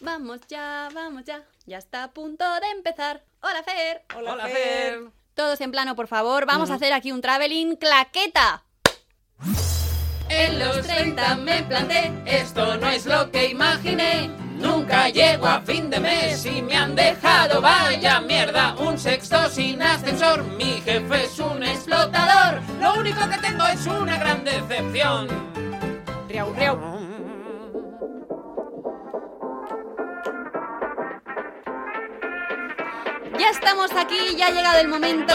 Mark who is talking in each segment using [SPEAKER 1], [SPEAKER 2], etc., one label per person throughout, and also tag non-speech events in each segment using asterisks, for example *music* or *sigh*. [SPEAKER 1] Vamos ya, vamos ya. Ya está a punto de empezar. Hola, Fer.
[SPEAKER 2] Hola, Hola, Fer. Fer.
[SPEAKER 1] Todos en plano, por favor. Vamos a hacer aquí un traveling claqueta.
[SPEAKER 3] En los 30 me planté, esto no es lo que imaginé. Nunca llego a fin de mes y me han dejado vaya mierda. Un sexto sin ascensor, mi jefe es un explotador. Lo único que tengo es una gran decepción.
[SPEAKER 2] Riau, riau.
[SPEAKER 1] Ya estamos aquí, ya ha llegado el momento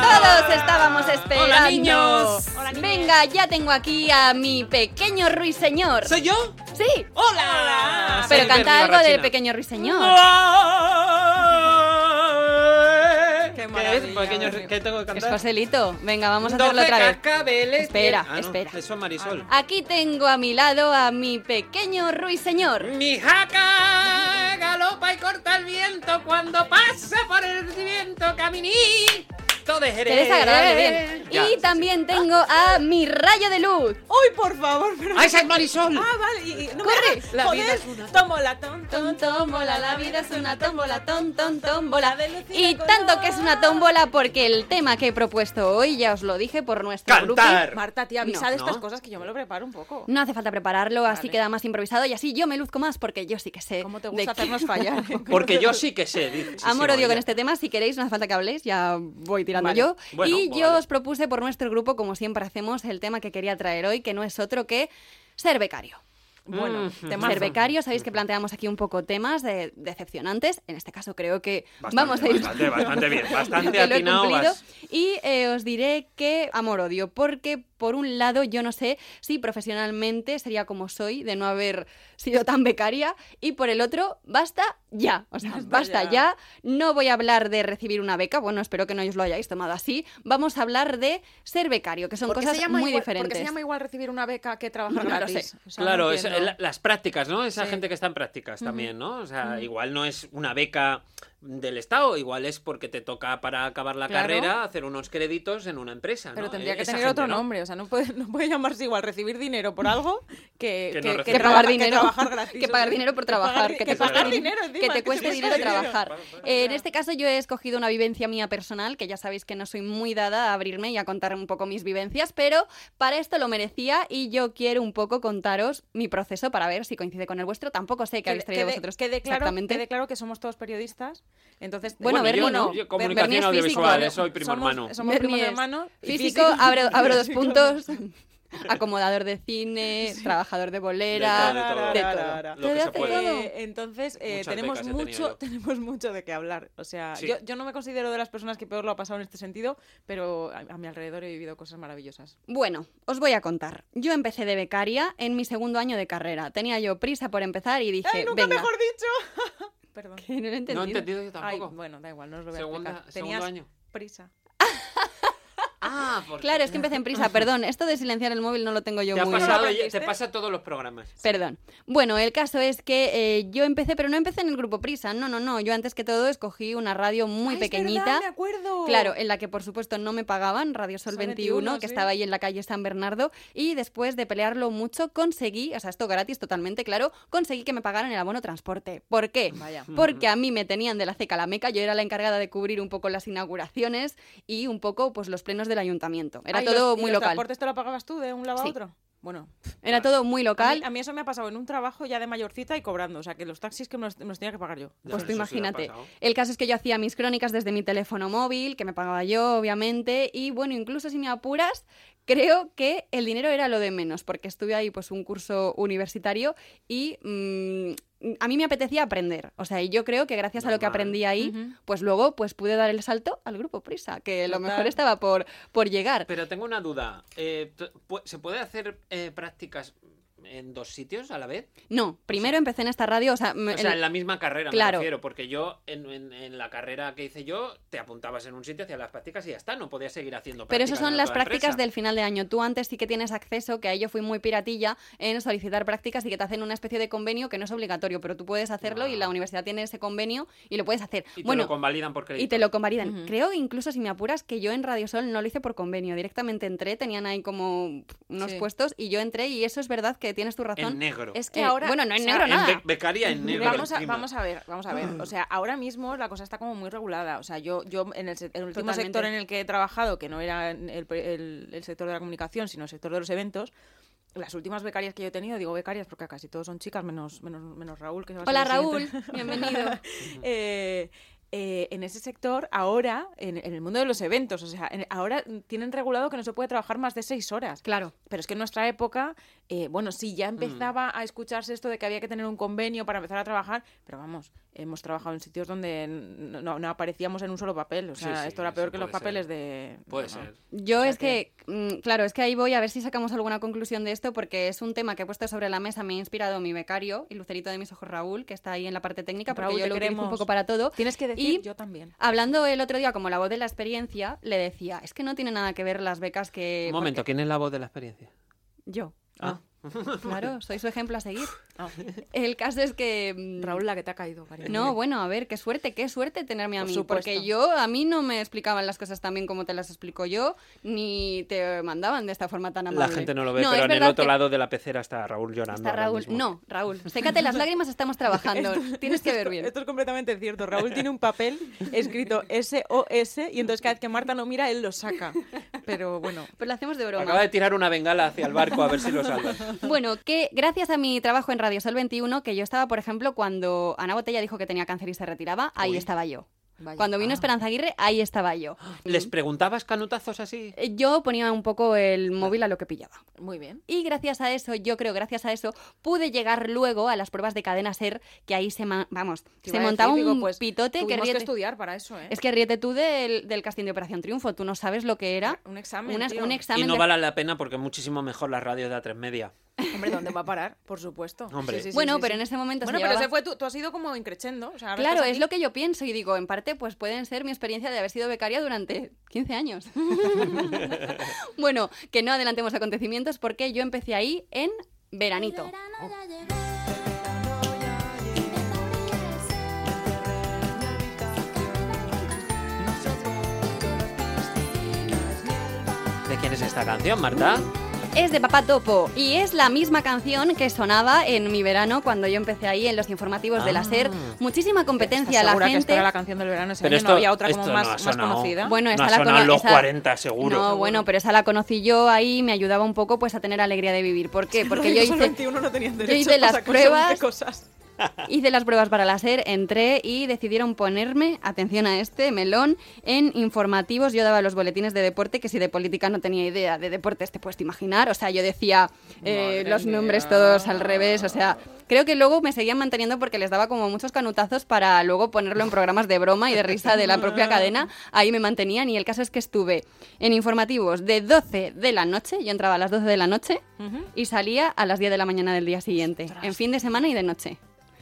[SPEAKER 1] que todos estábamos esperando.
[SPEAKER 2] ¡Hola, niños! ¡Hola, niños!
[SPEAKER 1] Venga, ya tengo aquí a mi pequeño ruiseñor.
[SPEAKER 2] ¿Soy yo?
[SPEAKER 1] Sí.
[SPEAKER 2] ¡Hola!
[SPEAKER 1] Pero
[SPEAKER 2] Soy
[SPEAKER 1] canta
[SPEAKER 2] Fer
[SPEAKER 1] algo del
[SPEAKER 2] Ah, Barrachina.
[SPEAKER 1] pequeño ruiseñor.
[SPEAKER 2] ¡Ay!
[SPEAKER 4] Qué
[SPEAKER 2] ¿Qué es?
[SPEAKER 4] maravilla,
[SPEAKER 2] Pequeños-
[SPEAKER 4] Jordi.
[SPEAKER 2] ¿Qué tengo que
[SPEAKER 1] Es
[SPEAKER 2] cantar?
[SPEAKER 1] Joselito. Venga, vamos a hacerlo
[SPEAKER 2] 12
[SPEAKER 1] otra vez.
[SPEAKER 2] cascabeles.
[SPEAKER 1] Espera,
[SPEAKER 2] Ah, no,
[SPEAKER 1] espera.
[SPEAKER 2] Eso es Marisol.
[SPEAKER 1] Aquí tengo a mi lado a mi pequeño ruiseñor.
[SPEAKER 3] Mi jaca galopa y corta el viento cuando pasa por el viento caminí.
[SPEAKER 2] Todo es
[SPEAKER 1] Qué desagradable, bien.
[SPEAKER 2] Ya.
[SPEAKER 1] Y también tengo a mi rayo de luz.
[SPEAKER 4] ¡Uy, por favor! Pero...
[SPEAKER 2] ¡Ah, esa es Marisol!
[SPEAKER 4] Ah, vale. Y, y- no
[SPEAKER 1] Corre.
[SPEAKER 4] Me...
[SPEAKER 2] La vida
[SPEAKER 4] Joder,
[SPEAKER 2] es una-
[SPEAKER 4] Tómbola, tom,
[SPEAKER 1] Tom,
[SPEAKER 4] tom,
[SPEAKER 1] tómbola, la vida es una tómbola, tom, tom, tómbola.
[SPEAKER 4] de luz y
[SPEAKER 1] Y
[SPEAKER 4] de color.
[SPEAKER 1] tanto que es una tómbola porque el tema que he propuesto hoy, ya os lo dije por nuestro grupo.
[SPEAKER 2] ¡Cantar!
[SPEAKER 4] Marta, tía, avisa
[SPEAKER 1] No,
[SPEAKER 4] de
[SPEAKER 2] no.
[SPEAKER 4] estas cosas que yo me lo preparo un poco.
[SPEAKER 1] No hace falta prepararlo, así
[SPEAKER 4] Vale.
[SPEAKER 1] queda más improvisado y así yo me luzco más porque yo sí que sé.
[SPEAKER 4] ¿Cómo te
[SPEAKER 1] de
[SPEAKER 4] gusta
[SPEAKER 1] qué
[SPEAKER 4] hacernos
[SPEAKER 1] va. *laughs*
[SPEAKER 4] fallar?
[SPEAKER 2] Porque yo sí que sé. dice- sí,
[SPEAKER 1] Amor
[SPEAKER 2] sí,
[SPEAKER 1] odio
[SPEAKER 2] vaya.
[SPEAKER 1] con este tema, si queréis, no hace falta que habléis, ya voy tirando
[SPEAKER 4] Vale.
[SPEAKER 1] yo.
[SPEAKER 2] Bueno,
[SPEAKER 1] y
[SPEAKER 2] pues
[SPEAKER 1] yo
[SPEAKER 2] vale.
[SPEAKER 1] os propuse por nuestro grupo, como siempre hacemos, el tema que quería traer hoy, que no es otro que ser becario.
[SPEAKER 4] Bueno,
[SPEAKER 2] Mm.
[SPEAKER 4] te
[SPEAKER 1] Ser becario, sabéis que planteamos aquí un poco temas de decepcionantes. En este caso creo que
[SPEAKER 2] Bastante,
[SPEAKER 1] vamos a ir
[SPEAKER 2] Bastante, bastante
[SPEAKER 4] *laughs*
[SPEAKER 2] bien.
[SPEAKER 1] *laughs* que
[SPEAKER 2] Bastante
[SPEAKER 1] lo he
[SPEAKER 2] atinado.
[SPEAKER 1] cumplido.
[SPEAKER 2] vas.
[SPEAKER 1] Y eh, os diré que amor-odio, porque por un lado yo no sé si profesionalmente sería como soy de no haber sido tan becaria, y por el otro, basta ya. O sea, basta,
[SPEAKER 4] Basta
[SPEAKER 1] ya.
[SPEAKER 4] ya.
[SPEAKER 1] No voy a hablar de recibir una beca, bueno, espero que no os lo hayáis tomado así. Vamos a hablar de ser becario, que son cosas muy
[SPEAKER 4] Porque
[SPEAKER 1] diferentes.
[SPEAKER 4] se llama igual recibir una beca que trabajar
[SPEAKER 1] No lo
[SPEAKER 4] gratis.
[SPEAKER 1] sé.
[SPEAKER 4] O sea, no
[SPEAKER 2] Claro, es-
[SPEAKER 4] pues entiendo.
[SPEAKER 2] la- las prácticas, ¿no? Esa
[SPEAKER 4] Sí.
[SPEAKER 2] gente que está en prácticas también, ¿no? O sea, igual no es una beca del Estado, igual es porque te toca para acabar la
[SPEAKER 4] Claro.
[SPEAKER 2] carrera hacer unos créditos en una empresa. ¿no? E
[SPEAKER 4] Pero tendría que
[SPEAKER 2] Esa
[SPEAKER 4] tener
[SPEAKER 2] gente,
[SPEAKER 4] otro
[SPEAKER 2] ¿no?
[SPEAKER 4] nombre, o sea, no puede, no puede llamarse igual recibir dinero por algo que,
[SPEAKER 2] Que no recibir.
[SPEAKER 1] que
[SPEAKER 2] Que
[SPEAKER 1] pagar
[SPEAKER 4] traba- que
[SPEAKER 1] dinero
[SPEAKER 4] trabajar gratis.
[SPEAKER 1] que pagar dinero por trabajar
[SPEAKER 4] pagar-
[SPEAKER 1] que,
[SPEAKER 4] que
[SPEAKER 1] te cueste
[SPEAKER 2] pagar
[SPEAKER 4] dinero encima,
[SPEAKER 1] que
[SPEAKER 4] que
[SPEAKER 1] te
[SPEAKER 4] te
[SPEAKER 1] cueste
[SPEAKER 4] cueste
[SPEAKER 1] dinero
[SPEAKER 4] dinero.
[SPEAKER 1] trabajar
[SPEAKER 2] Claro, claro.
[SPEAKER 1] Eh, en este caso yo he escogido una vivencia mía personal que ya sabéis que no soy muy dada a abrirme y a contar un poco mis vivencias pero para esto lo merecía y yo quiero un poco contaros mi proceso para ver si coincide con el vuestro tampoco sé qué habéis traído
[SPEAKER 4] de-
[SPEAKER 1] vosotros
[SPEAKER 4] quede claro-
[SPEAKER 1] exactamente
[SPEAKER 4] quede claro que somos todos periodistas. Entonces,
[SPEAKER 1] Bueno,
[SPEAKER 2] Bueno,
[SPEAKER 1] Bernie
[SPEAKER 2] yo-
[SPEAKER 1] no.
[SPEAKER 2] yo
[SPEAKER 1] Bernie es
[SPEAKER 2] comunicación
[SPEAKER 1] físico.
[SPEAKER 2] audiovisual, Pues soy primo
[SPEAKER 4] somos,
[SPEAKER 2] hermano.
[SPEAKER 4] Somos
[SPEAKER 1] Bernie
[SPEAKER 4] primo
[SPEAKER 1] es
[SPEAKER 4] hermano. y
[SPEAKER 1] físico, abro, abro *laughs*
[SPEAKER 4] *laughs*
[SPEAKER 1] dos puntos acomodador de cine acomodador de bolera
[SPEAKER 2] De
[SPEAKER 4] Ah,
[SPEAKER 2] todo, de todo.
[SPEAKER 1] de todo.
[SPEAKER 2] Lo que
[SPEAKER 1] Te
[SPEAKER 2] se
[SPEAKER 1] hace
[SPEAKER 2] puede.
[SPEAKER 1] todo.
[SPEAKER 4] Eh, entonces, eh,
[SPEAKER 2] Muchas
[SPEAKER 4] tenemos
[SPEAKER 2] Pues becas he tenido
[SPEAKER 4] mucho, *laughs*
[SPEAKER 2] yo.
[SPEAKER 4] tenemos mucho de qué hablar. O sea,
[SPEAKER 2] Sí.
[SPEAKER 4] yo, yo no me considero de las personas que peor lo ha pasado en este sentido, pero a, a mi alrededor he vivido cosas maravillosas.
[SPEAKER 1] Bueno, os voy a contar. Yo empecé de becaria en mi segundo año de carrera. Tenía yo prisa por empezar y dije,
[SPEAKER 4] ¡Ay, ¡Eh, nunca
[SPEAKER 1] venga.
[SPEAKER 4] mejor dicho! *laughs* Perdón.
[SPEAKER 1] Que *laughs* no lo he entendido.
[SPEAKER 2] No he entendido yo
[SPEAKER 4] Ay,
[SPEAKER 2] tampoco.
[SPEAKER 4] bueno, da igual, no os lo voy a
[SPEAKER 2] Segunda-
[SPEAKER 4] explicar.
[SPEAKER 2] segundo
[SPEAKER 4] Tenías
[SPEAKER 2] año.
[SPEAKER 4] prisa.
[SPEAKER 2] Ah, porque
[SPEAKER 1] Claro, es que empecé en
[SPEAKER 2] *laughs*
[SPEAKER 1] prisa, perdón. Esto de silenciar el móvil no lo tengo yo
[SPEAKER 2] te, ha
[SPEAKER 1] muy...
[SPEAKER 2] pasado,
[SPEAKER 4] bien.
[SPEAKER 2] te pasa todos los programas.
[SPEAKER 1] Perdón. Bueno, el caso es que eh, yo empecé, pero no empecé en el grupo Prisa. No, no, no. Yo antes que todo escogí una radio muy
[SPEAKER 4] Ay, Ah, es
[SPEAKER 1] pequeñita.
[SPEAKER 4] verdad, me acuerdo.
[SPEAKER 1] Claro, en la que por supuesto no me pagaban, Radio Sol
[SPEAKER 4] Sol
[SPEAKER 1] 21,
[SPEAKER 4] 21,
[SPEAKER 1] que
[SPEAKER 4] sí.
[SPEAKER 1] estaba ahí en la calle San Bernardo, y después de pelearlo mucho conseguí, o sea, esto gratis totalmente, claro, conseguí que me pagaran el abono transporte. ¿Por qué?
[SPEAKER 4] Vaya.
[SPEAKER 1] Porque a mí me tenían de la ceca a la meca, yo era la encargada de cubrir un poco las inauguraciones y un poco pues los plenos del ayuntamiento. Era
[SPEAKER 4] Ay,
[SPEAKER 1] todo
[SPEAKER 4] los- y
[SPEAKER 1] muy
[SPEAKER 4] los
[SPEAKER 1] local.
[SPEAKER 4] transportes te lo pagabas tú de un lado
[SPEAKER 1] Sí.
[SPEAKER 4] a otro? Bueno,
[SPEAKER 1] Era todo muy
[SPEAKER 4] a
[SPEAKER 1] local.
[SPEAKER 4] mí, a mí eso me ha pasado en un trabajo ya de mayorcita y cobrando. O sea, que los taxis que me los, me los tenía que pagar yo.
[SPEAKER 2] Ya,
[SPEAKER 1] Pues tú
[SPEAKER 2] eso sí me ha
[SPEAKER 1] imagínate.
[SPEAKER 2] pasado.
[SPEAKER 1] el caso es que yo hacía mis crónicas desde mi teléfono móvil, que me pagaba yo, obviamente, y bueno, incluso si me apuras, creo que el dinero era lo de menos, porque estuve ahí pues un curso universitario y mm, a mí me apetecía aprender. O sea, y yo creo que gracias a lo que
[SPEAKER 2] Normal.
[SPEAKER 1] aprendí ahí,
[SPEAKER 4] Ujú.
[SPEAKER 1] pues luego pues pude dar el salto al grupo Prisa, que lo
[SPEAKER 4] Total.
[SPEAKER 1] mejor estaba por, por llegar.
[SPEAKER 2] Pero tengo una duda. eh, t- pu- ¿Se puede hacer eh, prácticas en dos sitios a la vez?
[SPEAKER 1] No, primero empecé en esta radio, o sea, me-
[SPEAKER 2] O sea,
[SPEAKER 1] el-
[SPEAKER 2] en la misma carrera,
[SPEAKER 1] Claro.
[SPEAKER 2] me refiero, porque yo, en, en- en la carrera que hice yo, te apuntabas en un sitio, hacías las prácticas y ya está, no podías seguir haciendo
[SPEAKER 1] Pero
[SPEAKER 2] prácticas.
[SPEAKER 1] eso son
[SPEAKER 2] en
[SPEAKER 1] las
[SPEAKER 2] otra
[SPEAKER 1] prácticas
[SPEAKER 2] empresa.
[SPEAKER 1] del final de año. Tú antes sí que tienes acceso, que ahí yo fui muy piratilla, en solicitar prácticas y que te hacen una especie de convenio que no es obligatorio, pero tú puedes hacerlo y
[SPEAKER 2] Ah.
[SPEAKER 1] la universidad tiene ese convenio y lo puedes hacer.
[SPEAKER 2] Y te
[SPEAKER 1] bueno,
[SPEAKER 2] lo convalidan por crédito.
[SPEAKER 1] y te lo convalidan.
[SPEAKER 4] Ujú.
[SPEAKER 1] Creo incluso si me apuras que yo en Radio Sol no lo hice por convenio, directamente entré, tenían ahí como unos
[SPEAKER 4] Sí.
[SPEAKER 1] puestos y yo entré y eso es verdad que que tienes tu razón.
[SPEAKER 2] En negro.
[SPEAKER 1] Es que
[SPEAKER 4] Eh,
[SPEAKER 1] ahora. Bueno, no en negro
[SPEAKER 2] En
[SPEAKER 1] nada.
[SPEAKER 2] be- becaria en negro.
[SPEAKER 4] Vamos a,
[SPEAKER 2] encima.
[SPEAKER 4] vamos a ver, vamos a ver. O sea, ahora mismo la cosa está como muy regulada. O sea, yo, yo en el, se- el último
[SPEAKER 1] Totalmente.
[SPEAKER 4] sector en el que he trabajado, que no era en el, pre- el- el sector de la comunicación, sino el sector de los eventos, las últimas becarias que yo he tenido, digo becarias porque casi todos son chicas, menos, menos, menos Raúl. Que va a ser
[SPEAKER 1] Hola
[SPEAKER 4] el
[SPEAKER 1] Raúl,
[SPEAKER 4] siguiente.
[SPEAKER 1] bienvenido.
[SPEAKER 4] *laughs* Eh, eh, en ese sector, ahora, en, en el mundo de los eventos, o sea, en- ahora tienen regulado que no se puede trabajar más de seis horas.
[SPEAKER 1] Claro.
[SPEAKER 4] Pero es que en nuestra época, eh, bueno, sí,
[SPEAKER 2] Mm.
[SPEAKER 4] ya empezaba a escucharse esto de que había que tener un convenio para empezar a trabajar, pero vamos, hemos trabajado en sitios donde n- no, no aparecíamos en un solo papel. O sea,
[SPEAKER 2] Sí, sí,
[SPEAKER 4] esto era
[SPEAKER 2] eso
[SPEAKER 4] peor que los
[SPEAKER 2] puede ser.
[SPEAKER 4] papeles de.
[SPEAKER 2] Puede
[SPEAKER 4] no, no.
[SPEAKER 2] ser.
[SPEAKER 1] Yo
[SPEAKER 4] sea
[SPEAKER 1] es que, mm, claro, es que ahí voy a ver si sacamos alguna conclusión de esto, porque es un tema que he puesto sobre la mesa, me ha inspirado mi becario y lucerito de mis ojos Raúl, que está ahí en la parte técnica, porque
[SPEAKER 4] Raúl,
[SPEAKER 1] yo
[SPEAKER 4] te
[SPEAKER 1] lo utilizo un
[SPEAKER 4] queremos.
[SPEAKER 1] poco para todo.
[SPEAKER 4] Tienes que decir,
[SPEAKER 1] Y-
[SPEAKER 4] yo también.
[SPEAKER 1] Hablando el otro día, como la voz de la experiencia, le decía, es que no tiene nada que ver las becas que...
[SPEAKER 2] Un momento, ¿quién es la voz de la experiencia?
[SPEAKER 1] porque- Yo.
[SPEAKER 2] Ah.
[SPEAKER 1] Claro, soy su ejemplo a seguir.
[SPEAKER 4] *laughs* Ah,
[SPEAKER 1] El caso es que... mm,
[SPEAKER 4] Raúl, la que te ha caído, cariño.
[SPEAKER 2] *laughs*
[SPEAKER 1] No, bueno, a ver, qué suerte, qué suerte tenerme a
[SPEAKER 4] Por
[SPEAKER 1] mí,
[SPEAKER 4] supuesto.
[SPEAKER 1] porque yo a mí no me explicaban las cosas tan bien como te las explico yo, ni te mandaban de esta forma tan amable.
[SPEAKER 2] La gente no lo ve,
[SPEAKER 1] es
[SPEAKER 2] pero en el
[SPEAKER 1] verdad
[SPEAKER 2] otro
[SPEAKER 1] que
[SPEAKER 2] lado de la pecera está Raúl llorando.
[SPEAKER 1] Está
[SPEAKER 2] ahora
[SPEAKER 1] Raúl.
[SPEAKER 2] mismo.
[SPEAKER 1] No, Raúl, sécate
[SPEAKER 2] *laughs*
[SPEAKER 1] las lágrimas, estamos trabajando. Tienes que ver bien.
[SPEAKER 4] Esto es completamente cierto. Raúl tiene un papel *laughs* escrito S-O-S y entonces cada vez que Marta lo mira, él lo saca. Pero bueno,
[SPEAKER 1] Pero Pues lo hacemos de broma.
[SPEAKER 2] Acaba de tirar una bengala hacia el barco a ver si
[SPEAKER 1] *laughs*
[SPEAKER 2] lo salva.
[SPEAKER 1] Bueno, que gracias a mi trabajo en Radio Sol 21, que yo estaba, por ejemplo, cuando Ana Botella dijo que tenía cáncer y se retiraba, ahí
[SPEAKER 2] Uy.
[SPEAKER 1] estaba yo.
[SPEAKER 4] Vaya.
[SPEAKER 1] Cuando vino
[SPEAKER 4] Ah.
[SPEAKER 1] Esperanza Aguirre, ahí estaba yo.
[SPEAKER 2] ¿Les preguntabas canutazos así?
[SPEAKER 1] Eh, Yo ponía un poco el móvil a lo que pillaba.
[SPEAKER 4] muy bien.
[SPEAKER 1] Y gracias a eso, yo creo, gracias a eso, pude llegar luego a las pruebas de cadena ser, que ahí se, ma- vamos,
[SPEAKER 4] Te
[SPEAKER 1] se
[SPEAKER 4] iba a
[SPEAKER 1] montaba
[SPEAKER 4] decir, digo,
[SPEAKER 1] un
[SPEAKER 4] pues,
[SPEAKER 1] pitote que
[SPEAKER 4] tuvimos
[SPEAKER 1] ríete.
[SPEAKER 4] estudiar para eso, ¿eh?
[SPEAKER 1] es que ríete tú del, del casting de Operación Triunfo, tú no sabes lo que era.
[SPEAKER 4] Ah, un examen.
[SPEAKER 1] Unas-
[SPEAKER 4] tío.
[SPEAKER 1] un
[SPEAKER 2] Y
[SPEAKER 1] examen
[SPEAKER 2] no
[SPEAKER 1] de-
[SPEAKER 2] vale la pena porque es muchísimo mejor las radios de A3 Media.
[SPEAKER 4] Hombre, ¿dónde va a parar? Por supuesto.
[SPEAKER 2] Hombre.
[SPEAKER 1] Bueno, pero en ese momento se
[SPEAKER 4] Bueno, pero
[SPEAKER 1] llevaba-
[SPEAKER 4] ese fue tú, tú has ido como increchendo. O sea, ahora
[SPEAKER 1] Claro,
[SPEAKER 4] estás
[SPEAKER 1] es
[SPEAKER 4] aquí.
[SPEAKER 1] lo que yo pienso y digo, en parte, pues pueden ser mi experiencia de haber sido becaria durante *laughs* 15
[SPEAKER 4] *laughs*
[SPEAKER 1] años. bueno, que no adelantemos acontecimientos porque yo empecé ahí en veranito.
[SPEAKER 5] Verano ya llegó. Intenta embellecer.
[SPEAKER 2] ¿De quién es esta canción, Marta?
[SPEAKER 1] Mm, Es de Papá Topo y es la misma canción que sonaba en mi verano cuando yo empecé ahí en los informativos de la
[SPEAKER 2] Ah.
[SPEAKER 1] SER. Muchísima competencia,
[SPEAKER 4] ¿Estás
[SPEAKER 1] la
[SPEAKER 4] segura que
[SPEAKER 1] gente.
[SPEAKER 4] esta era la canción del verano ese año? ¿No había otra como
[SPEAKER 2] esto
[SPEAKER 4] más,
[SPEAKER 2] no ha
[SPEAKER 4] más
[SPEAKER 2] sonado.
[SPEAKER 4] conocida?
[SPEAKER 1] Bueno,
[SPEAKER 2] no
[SPEAKER 1] esa
[SPEAKER 2] ha
[SPEAKER 1] la
[SPEAKER 2] sonado en los
[SPEAKER 1] esa-
[SPEAKER 2] 40, seguro.
[SPEAKER 1] No, bueno, pero esa la conocí yo ahí, me ayudaba un poco pues a tener alegría de vivir. ¿Por qué? Porque yo
[SPEAKER 4] Los
[SPEAKER 1] hice
[SPEAKER 4] 21 no *laughs* tenían
[SPEAKER 1] hice
[SPEAKER 4] derecho
[SPEAKER 1] las
[SPEAKER 4] a sacar según qué
[SPEAKER 1] pruebas.
[SPEAKER 4] cosas.
[SPEAKER 1] Hice las pruebas para la SER, entré y decidieron ponerme, atención a este melón, en informativos. Yo daba los boletines de deporte, que si de política no tenía idea, de deportes te puedes imaginar. O sea, yo decía eh,
[SPEAKER 4] Madre
[SPEAKER 1] los
[SPEAKER 4] mía.
[SPEAKER 1] nombres todos al revés. O sea, creo que luego me seguían manteniendo porque les daba como muchos canutazos para luego ponerlo en programas de broma y de risa de la propia cadena. Ahí me mantenían y el caso es que estuve en informativos de 12 de la noche, yo entraba a las 12 de la noche y salía a las 10 de la mañana del día siguiente, en fin de semana y de noche.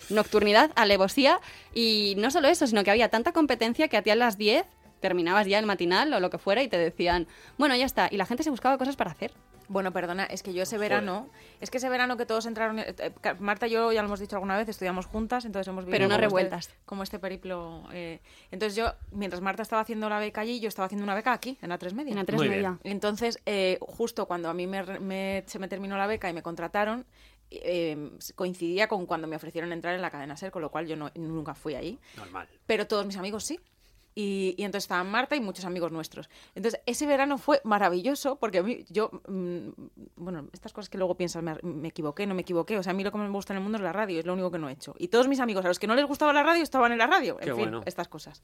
[SPEAKER 1] Nocturnidad, alevosía y no solo eso, sino que había tanta competencia que a ti a las 10 terminabas ya el matinal o lo que fuera y te decían, bueno, ya está, y la gente se buscaba cosas para hacer.
[SPEAKER 4] Bueno, perdona, es que yo ese verano, es que ese verano que todos entraron, eh, eh, ca- Marta y yo ya lo hemos dicho alguna vez, estudiamos juntas, entonces hemos vivido
[SPEAKER 1] Pero no
[SPEAKER 4] como este-
[SPEAKER 1] revueltas.
[SPEAKER 4] como este periplo. eh, entonces yo, mientras Marta estaba haciendo la beca allí, yo estaba haciendo una beca aquí, en la 3 media.
[SPEAKER 1] En la tres
[SPEAKER 2] Muy
[SPEAKER 1] media.
[SPEAKER 4] Entonces, eh, justo cuando a mí me, re- me- se me terminó la beca y me contrataron, eh, coincidía con cuando me ofrecieron entrar en la cadena SER, con lo cual yo no- nunca fui ahí.
[SPEAKER 2] Normal.
[SPEAKER 4] Pero todos mis amigos sí. Y, y entonces estaban Marta y muchos amigos nuestros. Entonces, ese verano fue maravilloso porque a mí, yo, mm, bueno, estas cosas que luego piensas, me, me equivoqué, no me equivoqué. O sea, a mí lo que me gusta en el mundo es la radio, es lo único que no he hecho. Y todos mis amigos, a los que no les gustaba la radio, estaban en la radio. En
[SPEAKER 2] Qué
[SPEAKER 4] fin,
[SPEAKER 2] bueno.
[SPEAKER 4] estas cosas.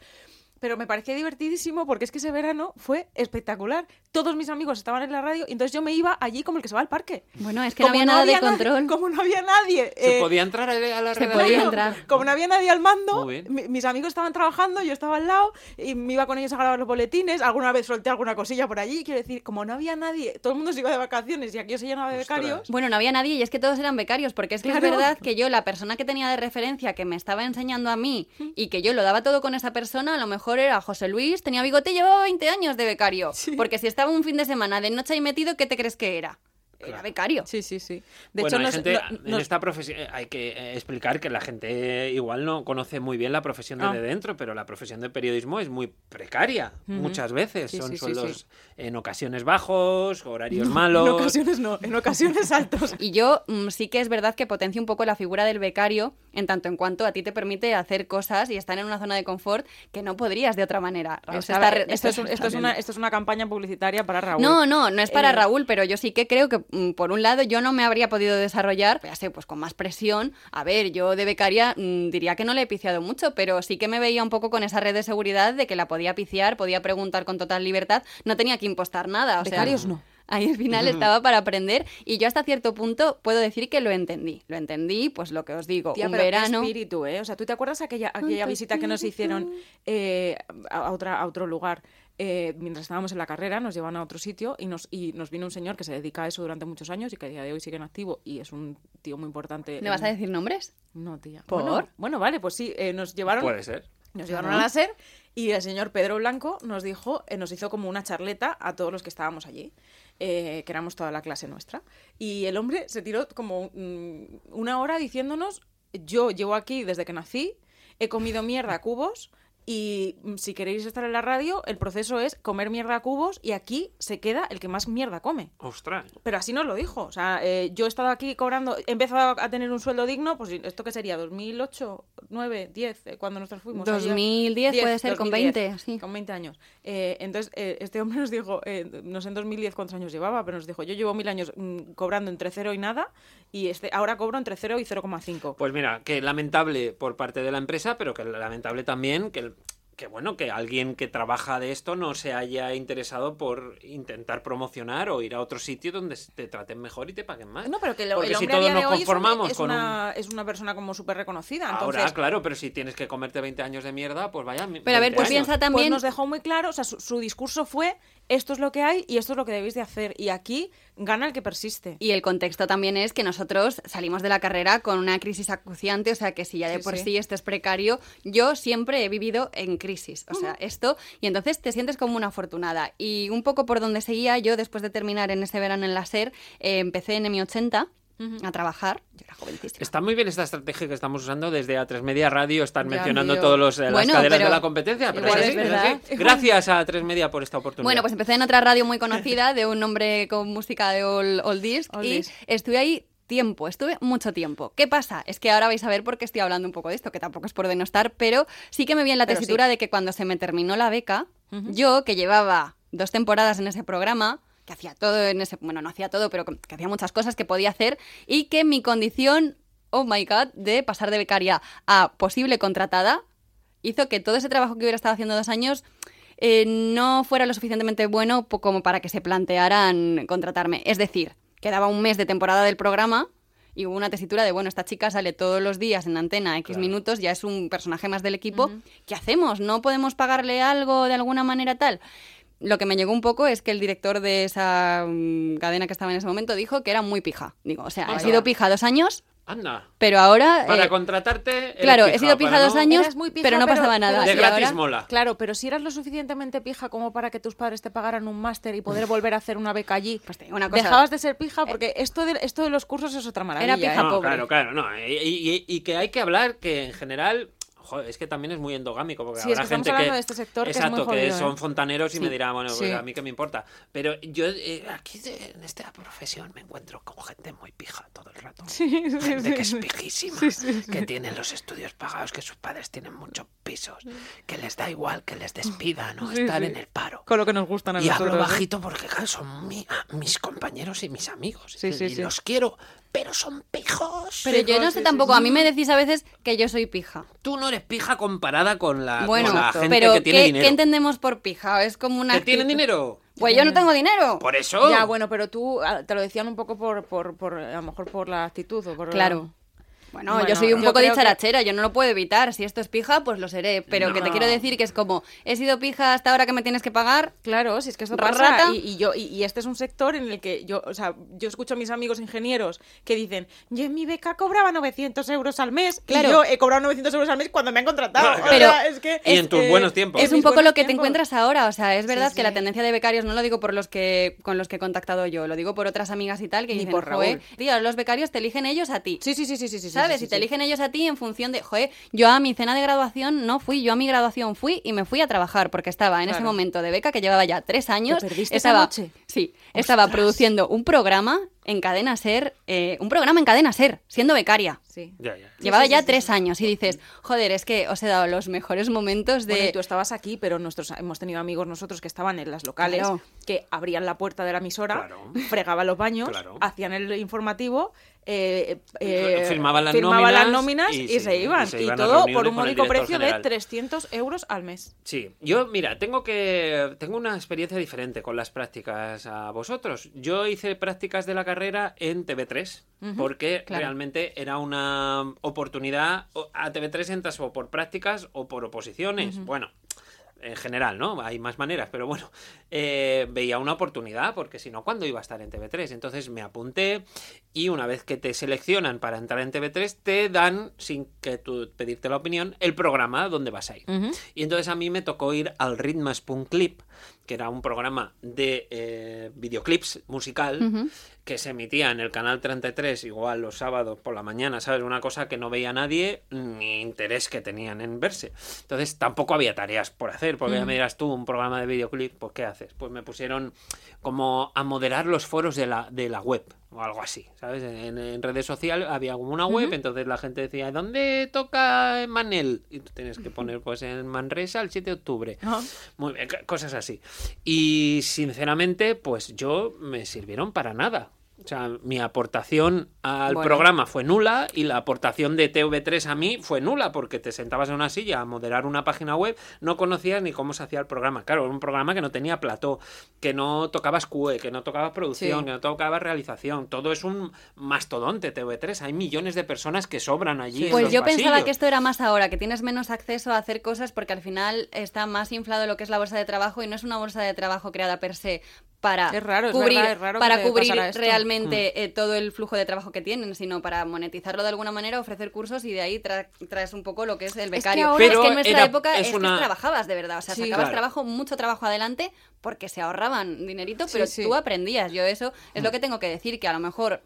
[SPEAKER 4] Pero me parecía divertidísimo porque es que ese verano fue espectacular. Todos mis amigos estaban en la radio y entonces yo me iba allí como el que se va al parque.
[SPEAKER 1] Bueno, es que no
[SPEAKER 4] Como
[SPEAKER 1] había nada de
[SPEAKER 4] nadie-
[SPEAKER 1] control.
[SPEAKER 4] como no había nadie.
[SPEAKER 2] ¿Se
[SPEAKER 4] eh,
[SPEAKER 2] podía entrar a la a la
[SPEAKER 1] se
[SPEAKER 2] redacción?
[SPEAKER 1] podía
[SPEAKER 4] Claro,
[SPEAKER 1] entrar.
[SPEAKER 4] Como no había nadie al mando,
[SPEAKER 2] Muy bien.
[SPEAKER 4] mi- mis amigos estaban trabajando, yo estaba al lado y me iba con ellos a grabar los boletines. Alguna vez solté alguna cosilla por allí. Quiero decir, como no había nadie, todo el mundo se iba de vacaciones y aquí yo se llenaba de
[SPEAKER 2] Ostras.
[SPEAKER 4] becarios.
[SPEAKER 1] Bueno, no había nadie y es que todos eran becarios, porque es que es
[SPEAKER 4] Claro.
[SPEAKER 1] verdad que yo, la persona que tenía de referencia que me estaba enseñando a mí y que yo lo daba todo con esa persona, a lo mejor era José Luis, tenía bigote y llevaba 20 años de becario. Porque si estaba un fin de semana de noche ahí metido, ¿qué te crees que era? Era
[SPEAKER 2] Claro.
[SPEAKER 1] becario.
[SPEAKER 4] Sí, sí, sí. De
[SPEAKER 2] bueno,
[SPEAKER 4] hecho,
[SPEAKER 2] hay
[SPEAKER 4] nos-
[SPEAKER 2] gente-
[SPEAKER 4] no-
[SPEAKER 2] en
[SPEAKER 4] nos-
[SPEAKER 2] esta profesión eh, hay que eh, explicar que la gente igual no conoce muy bien la profesión desde
[SPEAKER 4] Ah.
[SPEAKER 2] dentro, pero la profesión de periodismo es muy precaria
[SPEAKER 4] Ujú.
[SPEAKER 2] muchas veces.
[SPEAKER 4] Sí,
[SPEAKER 2] Son
[SPEAKER 4] sí, sí,
[SPEAKER 2] sueldos
[SPEAKER 4] sí.
[SPEAKER 2] en ocasiones bajos, horarios
[SPEAKER 4] *laughs*
[SPEAKER 2] malos.
[SPEAKER 4] En ocasiones no, en
[SPEAKER 2] *laughs*
[SPEAKER 4] ocasiones altos.
[SPEAKER 1] Y yo mm, sí que es verdad que potencia un poco la figura del becario en tanto en cuanto a ti te permite hacer cosas y estar en una zona de confort que no podrías de otra manera. Raúl se
[SPEAKER 4] O sea,
[SPEAKER 1] está re-
[SPEAKER 4] esto, es, un- esto es una, esto es una campaña publicitaria para Raúl.
[SPEAKER 1] No, no, no es para
[SPEAKER 4] Eh,
[SPEAKER 1] Raúl, pero yo sí que creo que, mm, por un lado, yo no me habría podido desarrollar, ya sé, pues con más presión. A ver, yo de becaria mm, diría que no le he piciado mucho, pero sí que me veía un poco con esa red de seguridad de que la podía piciar, podía preguntar con total libertad, no tenía que impostar nada. O sea,
[SPEAKER 4] Becarios no.
[SPEAKER 1] Ahí al final estaba para aprender y yo hasta cierto punto puedo decir que lo entendí. Lo entendí, pues lo que os digo,
[SPEAKER 4] Tía,
[SPEAKER 1] un
[SPEAKER 4] pero qué
[SPEAKER 1] verano.
[SPEAKER 4] espíritu, ¿eh? O sea, ¿tú te acuerdas aquella, aquella
[SPEAKER 1] Tanto
[SPEAKER 4] visita que nos
[SPEAKER 1] espíritu.
[SPEAKER 4] hicieron eh, a, a otra, a otro lugar? Eh, mientras estábamos en la carrera, nos llevan a otro sitio y nos, y nos vino un señor que se dedica a eso durante muchos años y que a día de hoy sigue en activo y es un tío muy importante.
[SPEAKER 1] ¿Le vas a
[SPEAKER 4] en-
[SPEAKER 1] decir nombres?
[SPEAKER 4] No, tía.
[SPEAKER 1] ¿Por?
[SPEAKER 4] Bueno, bueno, vale, pues sí, eh, nos llevaron.
[SPEAKER 2] Puede ser.
[SPEAKER 4] Nos llevaron a la SER y el señor Pedro Blanco nos dijo, eh, nos hizo como una charleta a todos los que estábamos allí, eh, que éramos toda la clase nuestra. Y el hombre se tiró como mm, una hora diciéndonos, yo llevo aquí desde que nací, he comido mierda a cubos y mm, si queréis estar en la radio, el proceso es comer mierda a cubos y aquí se queda el que más mierda come.
[SPEAKER 2] Ostras.
[SPEAKER 4] Pero así nos lo dijo. O sea, eh, yo he estado aquí cobrando, he empezado a tener un sueldo digno, pues esto que sería 2008, 9, 10, eh, cuando nosotros fuimos.
[SPEAKER 1] 2010 puede ser, con 20, sí.
[SPEAKER 4] Con 20 años. Eh, entonces, eh, este hombre nos dijo, eh, no sé en 2010 cuántos años llevaba, pero nos dijo, yo llevo mil años mm, cobrando entre cero y nada, y este ahora cobro entre 0 y 0,5.
[SPEAKER 2] Pues mira, que lamentable por parte de la empresa, pero que lamentable también que, el- que bueno, que alguien que trabaja de esto no se haya interesado por intentar promocionar o ir a otro sitio donde te traten mejor y te paguen más.
[SPEAKER 4] No, pero que lo-
[SPEAKER 2] Porque
[SPEAKER 4] el
[SPEAKER 2] si
[SPEAKER 4] hombre a
[SPEAKER 2] todos
[SPEAKER 4] día
[SPEAKER 2] nos
[SPEAKER 4] de hoy es un-
[SPEAKER 2] conformamos
[SPEAKER 4] es,
[SPEAKER 2] con un-
[SPEAKER 4] una, es una persona como súper reconocida. Entonces, pues,
[SPEAKER 2] Ahora, claro, pero si tienes que comerte 20 años de mierda, pues vaya.
[SPEAKER 1] Pero a ver,
[SPEAKER 2] 20
[SPEAKER 1] pues
[SPEAKER 2] años.
[SPEAKER 1] piensa
[SPEAKER 4] Pues
[SPEAKER 1] también...
[SPEAKER 4] nos dejó muy claro, o sea, su, su discurso fue esto es lo que hay y esto es lo que debéis de hacer. Y aquí gana el que persiste.
[SPEAKER 1] Y el contexto también es que nosotros salimos de la carrera con una crisis acuciante, o sea que si ya de
[SPEAKER 4] Sí,
[SPEAKER 1] por sí.
[SPEAKER 4] sí.
[SPEAKER 1] esto es precario, yo siempre he vivido en crisis, o sea, esto, y entonces te sientes como una afortunada. Y un poco por donde seguía, yo después de terminar en ese verano en la SER, eh, empecé en M80 a trabajar, yo era jovencísima.
[SPEAKER 2] Está muy bien esta estrategia que estamos usando desde A3 Media Radio, están
[SPEAKER 4] Ya,
[SPEAKER 2] mencionando
[SPEAKER 4] tío.
[SPEAKER 2] todos los eh, las
[SPEAKER 1] Bueno,
[SPEAKER 2] caderas de
[SPEAKER 1] pero
[SPEAKER 2] la competencia, pero
[SPEAKER 1] igual
[SPEAKER 2] es
[SPEAKER 1] es
[SPEAKER 2] así, es
[SPEAKER 1] verdad.
[SPEAKER 2] así. Gracias a A3 Media por esta oportunidad.
[SPEAKER 1] Bueno, pues empecé en otra radio muy conocida de un hombre con música de old, old disc
[SPEAKER 4] Oldies.
[SPEAKER 1] y estuve ahí tiempo, estuve mucho tiempo. ¿Qué pasa? Es que ahora vais a ver por qué estoy hablando un poco de esto, que tampoco es por denostar, pero sí que me vi en la
[SPEAKER 4] Pero
[SPEAKER 1] tesitura de que cuando se me terminó la beca, yo que llevaba dos temporadas en ese programa, que hacía todo en ese, bueno, no hacía todo, pero que, que hacía muchas cosas que podía hacer y que mi condición, oh my god, de pasar de becaria a posible contratada, hizo que todo ese trabajo que hubiera estado haciendo dos años eh, no fuera lo suficientemente bueno po- como para que se plantearan contratarme. Es decir, quedaba un mes de temporada del programa y hubo una tesitura de, bueno, esta chica sale todos los días en antena X
[SPEAKER 2] Claro.
[SPEAKER 1] minutos, ya es un personaje más del equipo. ¿Qué hacemos? ¿No podemos pagarle algo de alguna manera tal? Lo que me llegó un poco es que el director de esa mm, cadena que estaba en ese momento dijo que era muy pija. Digo, o sea,
[SPEAKER 2] Vaya.
[SPEAKER 1] he sido pija dos años,
[SPEAKER 2] Anda,
[SPEAKER 1] pero ahora...
[SPEAKER 2] para
[SPEAKER 1] eh,
[SPEAKER 2] contratarte. eres
[SPEAKER 1] claro,
[SPEAKER 2] pija,
[SPEAKER 1] he sido
[SPEAKER 2] para
[SPEAKER 1] pija dos
[SPEAKER 2] no-
[SPEAKER 1] años,
[SPEAKER 4] Eras muy pija,
[SPEAKER 1] pero no
[SPEAKER 4] pero-
[SPEAKER 1] pasaba nada.
[SPEAKER 4] pero-
[SPEAKER 2] De
[SPEAKER 1] Y
[SPEAKER 2] gratis
[SPEAKER 1] ahora-
[SPEAKER 2] mola.
[SPEAKER 4] Claro, pero si eras lo suficientemente pija como para que tus padres te pagaran un máster y poder volver a hacer una beca allí,
[SPEAKER 1] Pues te digo una cosa. Eh,
[SPEAKER 4] dejabas de ser pija porque esto de, esto de los cursos es otra maravilla.
[SPEAKER 1] Era pija
[SPEAKER 4] ¿eh?
[SPEAKER 2] No,
[SPEAKER 1] pobre.
[SPEAKER 2] claro, claro, no. Y, y- y que hay que hablar que en general. joder, es que también es muy endogámico, porque
[SPEAKER 4] Sí, es
[SPEAKER 2] habrá
[SPEAKER 4] que estamos
[SPEAKER 2] gente que.
[SPEAKER 4] hablando de este sector que es
[SPEAKER 2] Exacto,
[SPEAKER 4] muy jodido, ¿eh?
[SPEAKER 2] son fontaneros y me dirá, bueno, pues
[SPEAKER 4] Sí.
[SPEAKER 2] a mí que me importa. Pero yo eh, aquí de- en esta profesión me encuentro con gente muy pija todo el rato.
[SPEAKER 4] Sí, sí,
[SPEAKER 2] gente
[SPEAKER 4] sí,
[SPEAKER 2] que es
[SPEAKER 4] sí.
[SPEAKER 2] pijísima,
[SPEAKER 4] Sí, sí, sí.
[SPEAKER 2] que tiene los estudios pagados, que sus padres tienen muchos pisos, que les da igual que les despidan o
[SPEAKER 4] Sí,
[SPEAKER 2] estar
[SPEAKER 4] sí.
[SPEAKER 2] en el paro.
[SPEAKER 4] Con lo que nos gustan a
[SPEAKER 2] Y
[SPEAKER 4] nosotros.
[SPEAKER 2] hablo
[SPEAKER 4] ¿eh?
[SPEAKER 2] bajito porque claro, son mi- a- mis compañeros y mis amigos.
[SPEAKER 4] Sí, sí,
[SPEAKER 2] y
[SPEAKER 4] sí.
[SPEAKER 2] los quiero, pero son pijos.
[SPEAKER 1] Pero yo no sé tampoco, a mí me decís a veces que yo soy pija.
[SPEAKER 2] Tú no eres pija comparada con la, con
[SPEAKER 1] Bueno,
[SPEAKER 2] la gente
[SPEAKER 1] pero
[SPEAKER 2] que tiene
[SPEAKER 1] ¿qué,
[SPEAKER 2] dinero.
[SPEAKER 1] qué entendemos por pija? Es como una...
[SPEAKER 2] ¿Que tienen
[SPEAKER 1] actitud-
[SPEAKER 2] dinero?
[SPEAKER 1] Pues yo no tengo dinero.
[SPEAKER 2] Por eso.
[SPEAKER 4] Ya, bueno, pero tú ah, te lo decían un poco por, por, por, a lo mejor por la actitud o por la-
[SPEAKER 1] Claro. Bueno,
[SPEAKER 4] Bueno,
[SPEAKER 1] yo soy un
[SPEAKER 4] yo
[SPEAKER 1] poco
[SPEAKER 4] creo que-
[SPEAKER 1] dicharachera, yo no lo puedo evitar. Si esto es pija, pues lo seré. Pero que te
[SPEAKER 2] No.
[SPEAKER 1] quiero decir que es como, he sido pija hasta ahora que me tienes que pagar.
[SPEAKER 4] Claro, si es que esto
[SPEAKER 1] Rata.
[SPEAKER 4] pasa. Y, y yo, y, y este es un sector en el que yo, o sea, yo escucho a mis amigos ingenieros que dicen, yo en mi beca cobraba 900 euros al mes.
[SPEAKER 1] Claro.
[SPEAKER 4] Y yo he cobrado 900 euros al mes cuando me han contratado.
[SPEAKER 2] Claro,
[SPEAKER 4] O
[SPEAKER 1] claro.
[SPEAKER 4] sea, es que,
[SPEAKER 2] Y en tus
[SPEAKER 4] eh,
[SPEAKER 2] buenos tiempos.
[SPEAKER 1] Es
[SPEAKER 4] en
[SPEAKER 1] un
[SPEAKER 4] mis
[SPEAKER 1] poco
[SPEAKER 4] buenos
[SPEAKER 1] lo que te
[SPEAKER 4] tiempos.
[SPEAKER 1] encuentras ahora, o sea, es verdad
[SPEAKER 4] Sí,
[SPEAKER 1] que la
[SPEAKER 4] sí.
[SPEAKER 1] tendencia de becarios, no lo digo por los que con los que he contactado yo, lo digo por otras amigas y tal que
[SPEAKER 4] Ni
[SPEAKER 1] dicen,
[SPEAKER 4] por
[SPEAKER 1] "Joe,
[SPEAKER 4] Raúl".
[SPEAKER 1] tío, los becarios te eligen ellos a ti.
[SPEAKER 4] Sí, sí, sí, sí, sí. sí, sí,
[SPEAKER 1] ¿Sabes?
[SPEAKER 4] sí,
[SPEAKER 1] y te
[SPEAKER 4] sí.
[SPEAKER 1] eligen ellos a ti en función de, joder, yo a mi cena de graduación no fui, yo a mi graduación fui y me fui a trabajar porque estaba en ese
[SPEAKER 4] Claro.
[SPEAKER 1] momento de beca que llevaba ya tres años.
[SPEAKER 4] perdiste esa
[SPEAKER 1] estaba,
[SPEAKER 4] noche?
[SPEAKER 1] Sí, estaba produciendo un programa en cadena ser, eh, un programa en cadena ser, siendo becaria.
[SPEAKER 4] Sí.
[SPEAKER 2] Ya, ya.
[SPEAKER 1] Llevaba
[SPEAKER 4] sí,
[SPEAKER 1] ya
[SPEAKER 4] sí,
[SPEAKER 1] tres años y dices, joder, es que os he dado los mejores momentos de...
[SPEAKER 4] Bueno, y tú estabas aquí, pero nosotros hemos tenido amigos nosotros que estaban en las locales,
[SPEAKER 1] Claro.
[SPEAKER 4] que abrían la puerta de la emisora,
[SPEAKER 2] Claro.
[SPEAKER 4] fregaban los baños,
[SPEAKER 2] Claro.
[SPEAKER 4] hacían el informativo, eh,
[SPEAKER 2] Re-
[SPEAKER 4] eh,
[SPEAKER 2] firmaban las
[SPEAKER 4] firmaban
[SPEAKER 2] nóminas
[SPEAKER 4] las nóminas
[SPEAKER 2] y
[SPEAKER 4] y,
[SPEAKER 2] sí,
[SPEAKER 4] se iban.
[SPEAKER 2] y
[SPEAKER 4] Y,
[SPEAKER 2] se iban a
[SPEAKER 4] todo por
[SPEAKER 2] reuniones
[SPEAKER 4] un
[SPEAKER 2] con el
[SPEAKER 4] módico
[SPEAKER 2] director
[SPEAKER 4] precio
[SPEAKER 2] general.
[SPEAKER 4] de 300 euros al mes.
[SPEAKER 2] Sí, yo mira, tengo que tengo una experiencia diferente con las prácticas a vosotros. Yo hice prácticas de la carrera en TV3 porque
[SPEAKER 1] claro.
[SPEAKER 2] realmente era una oportunidad O- a TV3 entras o por prácticas o por oposiciones. Bueno, en general, ¿no? Hay más maneras, pero bueno, eh, veía una oportunidad porque si no, ¿cuándo iba a estar en TV3? Entonces me apunté y una vez que te seleccionan para entrar en TV3 te dan sin que tú pedirte la opinión el programa donde vas a ir. Y entonces a mí me tocó ir al Ritmas Clip, que era un programa de eh, videoclips musical que se emitía en el canal 33, igual los sábados por la mañana, ¿sabes? Una cosa que no veía nadie ni interés que tenían en verse. Entonces tampoco había tareas por hacer, porque ya me dirás tú, un programa de videoclip, pues ¿qué haces? Pues me pusieron como a moderar los foros de la, de la web o algo así, ¿sabes? En, en redes sociales había como una web, entonces la gente decía, ¿dónde toca Manel? Y tú tienes que poner pues en Manresa el 7 de octubre. Muy bien, c- cosas así. Y sinceramente, pues yo me sirvieron para nada. O sea, mi aportación al
[SPEAKER 1] Bueno.
[SPEAKER 2] programa fue nula y la aportación de TV3 a mí fue nula porque te sentabas en una silla a moderar una página web, no conocías ni cómo se hacía el programa. Claro, era un programa que no tenía plató, que no tocabas QE, que no tocabas producción,
[SPEAKER 4] Sí.
[SPEAKER 2] que no tocabas realización. Todo es un mastodonte TV3. Hay millones de personas que sobran allí. en
[SPEAKER 1] Pues
[SPEAKER 2] los
[SPEAKER 1] yo pensaba
[SPEAKER 2] pasillos.
[SPEAKER 1] que esto era más ahora, que tienes menos acceso a hacer cosas porque al final está más inflado lo que es la bolsa de trabajo y no es una bolsa de trabajo creada per se para
[SPEAKER 4] Es raro, es
[SPEAKER 1] cubrir,
[SPEAKER 4] verdad, es raro que
[SPEAKER 1] para
[SPEAKER 4] te
[SPEAKER 1] cubrir
[SPEAKER 4] pasara esto.
[SPEAKER 1] realmente
[SPEAKER 2] Mm.
[SPEAKER 1] eh, todo el flujo de trabajo que tienen, sino para monetizarlo de alguna manera, ofrecer cursos y de ahí tra- traes un poco lo que es el
[SPEAKER 4] que
[SPEAKER 1] becario.
[SPEAKER 4] ahora-
[SPEAKER 1] es
[SPEAKER 2] Pero
[SPEAKER 1] que en nuestra
[SPEAKER 2] era-
[SPEAKER 1] época
[SPEAKER 2] es
[SPEAKER 1] es que
[SPEAKER 2] una-
[SPEAKER 1] trabajabas de verdad, o sea,
[SPEAKER 4] Sí,
[SPEAKER 1] sacabas
[SPEAKER 2] claro.
[SPEAKER 1] trabajo, mucho trabajo adelante porque se ahorraban dinerito,
[SPEAKER 4] Sí,
[SPEAKER 1] pero
[SPEAKER 4] sí.
[SPEAKER 1] tú aprendías. Yo eso es
[SPEAKER 2] Mm.
[SPEAKER 1] lo que tengo que decir, que a lo mejor